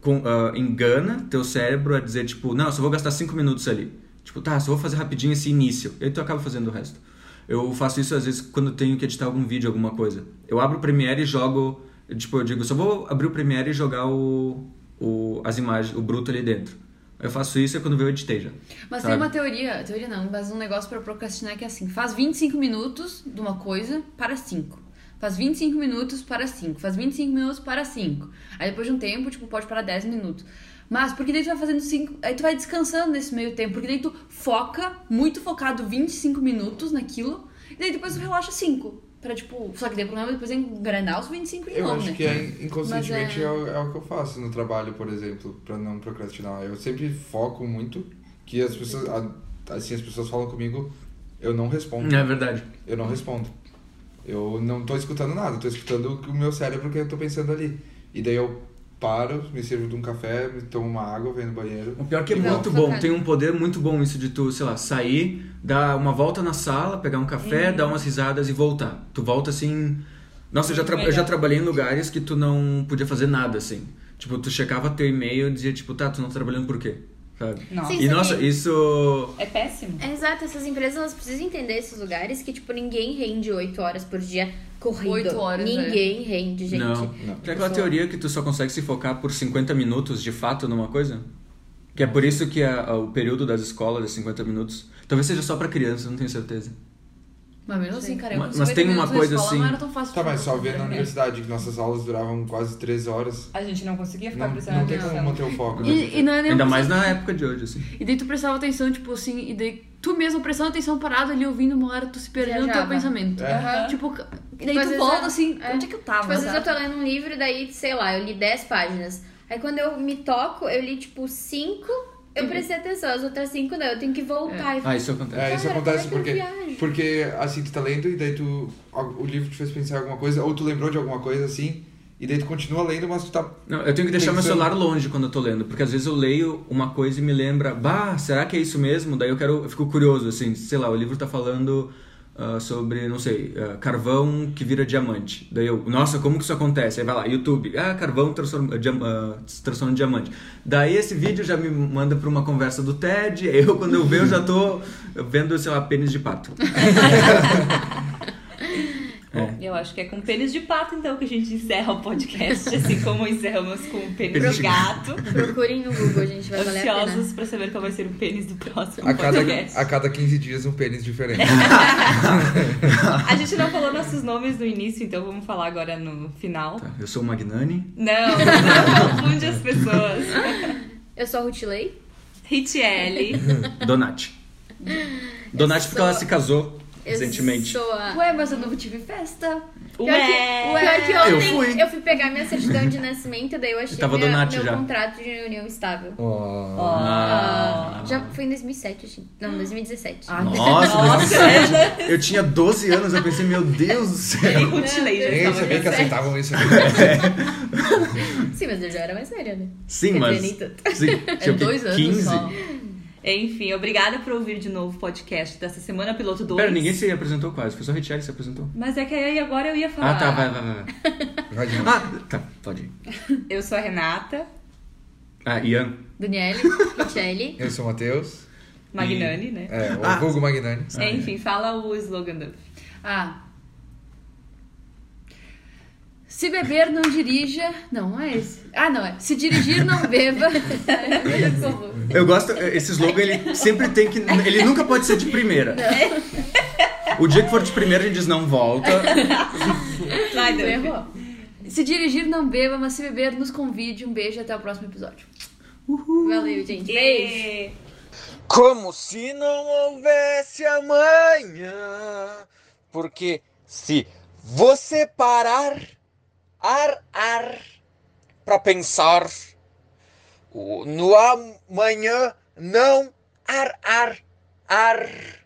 C: com- ah, engana teu cérebro a dizer, tipo, não, eu só vou gastar cinco minutos ali. Tipo, tá, só vou fazer rapidinho esse início. E aí tu acaba fazendo o resto. Eu faço isso às vezes quando eu tenho que editar algum vídeo, alguma coisa. Eu abro o Premiere e jogo. Tipo, eu digo, só vou abrir o Premiere e jogar o, o- as imagens, o bruto ali dentro. Eu faço isso e quando vê eu editei já.
D: Mas
C: sabe?
D: tem uma teoria, teoria não, mas um negócio pra procrastinar que é assim: faz 25 minutos de uma coisa para 5. Faz 25 minutos para 5. Faz 25 minutos para 5. Aí depois de um tempo, tipo, pode parar 10 minutos. Mas porque daí tu vai fazendo 5. Aí tu vai descansando nesse meio tempo. Porque daí tu foca, muito focado, 25 minutos naquilo. E daí depois tu relaxa 5. Pra, tipo, só que daí o problema é depois é engrenar os 25 de
B: Eu
D: novo,
B: acho
D: né?
B: que é, inconscientemente
D: Mas é-
B: é... o, é o que eu faço no trabalho, por exemplo, pra não procrastinar. Eu sempre foco muito que as pessoas, a- assim, as pessoas falam comigo, eu não respondo.
C: É verdade.
B: Eu não respondo. Eu não tô escutando nada, tô escutando o que o meu cérebro que eu tô pensando ali. E daí eu paro, me sirvo de um café, me tomo uma água, venho no banheiro.
C: O pior que é
A: Não,
C: muito
A: focado.
C: bom, tem um poder muito bom isso de tu, sei lá, sair, dar uma volta na sala, pegar um café,
D: Uhum.
C: dar umas risadas e voltar. Tu volta assim. Nossa, eu já, tra- eu já trabalhei em lugares que tu não podia fazer nada, assim. Tipo, tu checava teu e-mail e dizia, tipo, tá, tu não tá trabalhando por quê? Sabe?
E: Nossa.
A: Sim,
D: é
C: E
A: só
C: nossa,
A: que-
C: isso.
E: É péssimo.
A: É, Exato, essas empresas elas precisam entender esses lugares que, tipo, ninguém rende 8 horas por dia corrido.
D: Oito horas, é.
A: Ninguém rende, gente.
C: Não.
B: Não.
C: Tem aquela teoria que tu só consegue se focar por 50 minutos de fato numa coisa? Que é por isso que a- a- o período das escolas é 50 minutos. Talvez seja só pra criança, não tenho certeza.
D: Mas mesmo assim, cara, eu
C: Mas-
D: com
C: mas
D: 50
C: tem uma
D: minutos na
C: coisa
D: escola
C: assim-
D: Não era tão fácil
B: Tá,
D: de-
B: mas só
D: Uhum.
B: vê na universidade que nossas aulas duravam quase três horas.
E: A gente não conseguia ficar
B: Não,
E: prestando
B: não tem como
E: atenção.
B: manter o foco. né?
D: E, e não é nem
C: Ainda
D: uma
C: mais na época de hoje, assim.
D: E daí tu prestava atenção, tipo assim, e daí tu mesmo prestando atenção parado ali ouvindo uma hora, tu se perdendo no teu
A: Viajava.
D: pensamento.
B: É.
D: Tipo, e daí
A: Tipo, às
D: tu
A: vezes
D: volta
A: eu-
D: assim,
A: é.
D: onde é que eu tava?
A: Tipo, às vezes eu
D: sabe?
A: tô lendo um livro, daí, sei lá, eu li 10 páginas. Aí quando eu me toco, eu li, tipo, 5, eu
D: Uhum.
A: prestei atenção. As outras 5 não, eu tenho que voltar. E...
C: Ah, isso acontece.
B: É, isso
A: Cara,
B: acontece
A: como é
B: porque,
A: que eu viajo?
B: porque assim, tu tá lendo e daí tu. O livro te fez pensar em alguma coisa, ou tu lembrou de alguma coisa assim, e daí tu continua lendo, mas tu tá.
C: Não, eu tenho que deixar meu
B: Pensando.
C: celular longe quando eu tô lendo, porque às vezes eu leio uma coisa e me lembra, bah, será que é isso mesmo? Daí eu quero, eu fico curioso, assim, sei lá, o livro tá falando ah, sobre, não sei, ah, carvão que vira diamante. Daí eu, nossa, como que isso acontece? Aí vai lá, YouTube, ah, carvão transforma, ah, diam- ah, se transforma em diamante. Daí esse vídeo já me manda pra uma conversa do TED, aí eu quando eu vejo já tô vendo, sei lá, pênis de pato.
E: Eu acho que é com pênis de pato, então, que a gente encerra o podcast, assim como encerramos com o pênis
C: Pênis
E: do
C: de-
E: gato.
A: Procurem no Google, gente, vai valer a pena.
E: Ansiosos pra saber qual vai ser o pênis do próximo
B: A cada,
E: podcast.
B: a cada 15 dias um pênis diferente.
E: A gente não falou nossos nomes no início, então vamos falar agora no final.
C: Tá, eu sou o Magnani.
E: Não, não confunde as pessoas.
A: Eu sou a Rutilei.
E: Ritiele.
C: Donati. Donati porque ela se casou recentemente.
A: Eu sou a...
D: Ué, mas eu não tive festa.
A: Pior que, pior que
C: Eu
A: ontem eu fui.
C: fui.
A: pegar minha certidão de nascimento, daí eu achei
C: tava
A: minha-
C: Donati
A: meu
C: já.
A: contrato de união estável.
B: Oh.
C: Ah. hum.
A: Já foi em 2007, gente. Não, 2017.
E: Ah,
C: Nossa,
E: Nossa,
C: 2007. Eu tinha 12 anos, eu pensei, meu Deus do céu.
E: Rutilei um já
B: Nem sabia
E: estava
B: que
E: já certo.
B: aceitavam isso aqui.
A: Sim, mas eu já era mais velha, né?
C: Sim,
A: Quer
C: mas.
A: dizer, nem tanto.
C: Sim, tinha o quê?
D: É dois anos
C: 15?
D: só.
E: Enfim, obrigada por ouvir de novo o podcast dessa semana, piloto 2.
C: Pera, ninguém se apresentou quase, foi só a Richelle que se apresentou.
E: Mas é que aí agora eu ia falar.
C: Ah, tá, vai, vai, vai. vai.
B: Vai de novo.
C: Ah, tá, pode ir.
E: Eu sou a Renata
C: Ah, Ian.
A: Daniele, Michele.
B: Eu sou o Matheus.
E: Magnani, né?
B: É, o
C: Ah.
B: vulgo Magnani.
E: É, Enfim, fala o slogan do.
D: Ah. Se beber, não dirija. Não, não é esse. Ah, não, é. Se dirigir, não beba. Ai, por favor.
C: Eu gosto, esse slogan ele sempre tem que. Ele nunca pode ser de primeira. O dia que for de primeira, a gente diz não volta.
E: Vai,
D: Tu
E: Dani.
D: errou. Se dirigir, não beba, mas se beber, nos convide. Um beijo e até o próximo episódio.
A: Valeu, gente. Beijo.
E: Yay.
F: Como se não houvesse amanhã. Porque se você parar, ar, ar, para pensar, o- no amanhã não ar, ar, ar.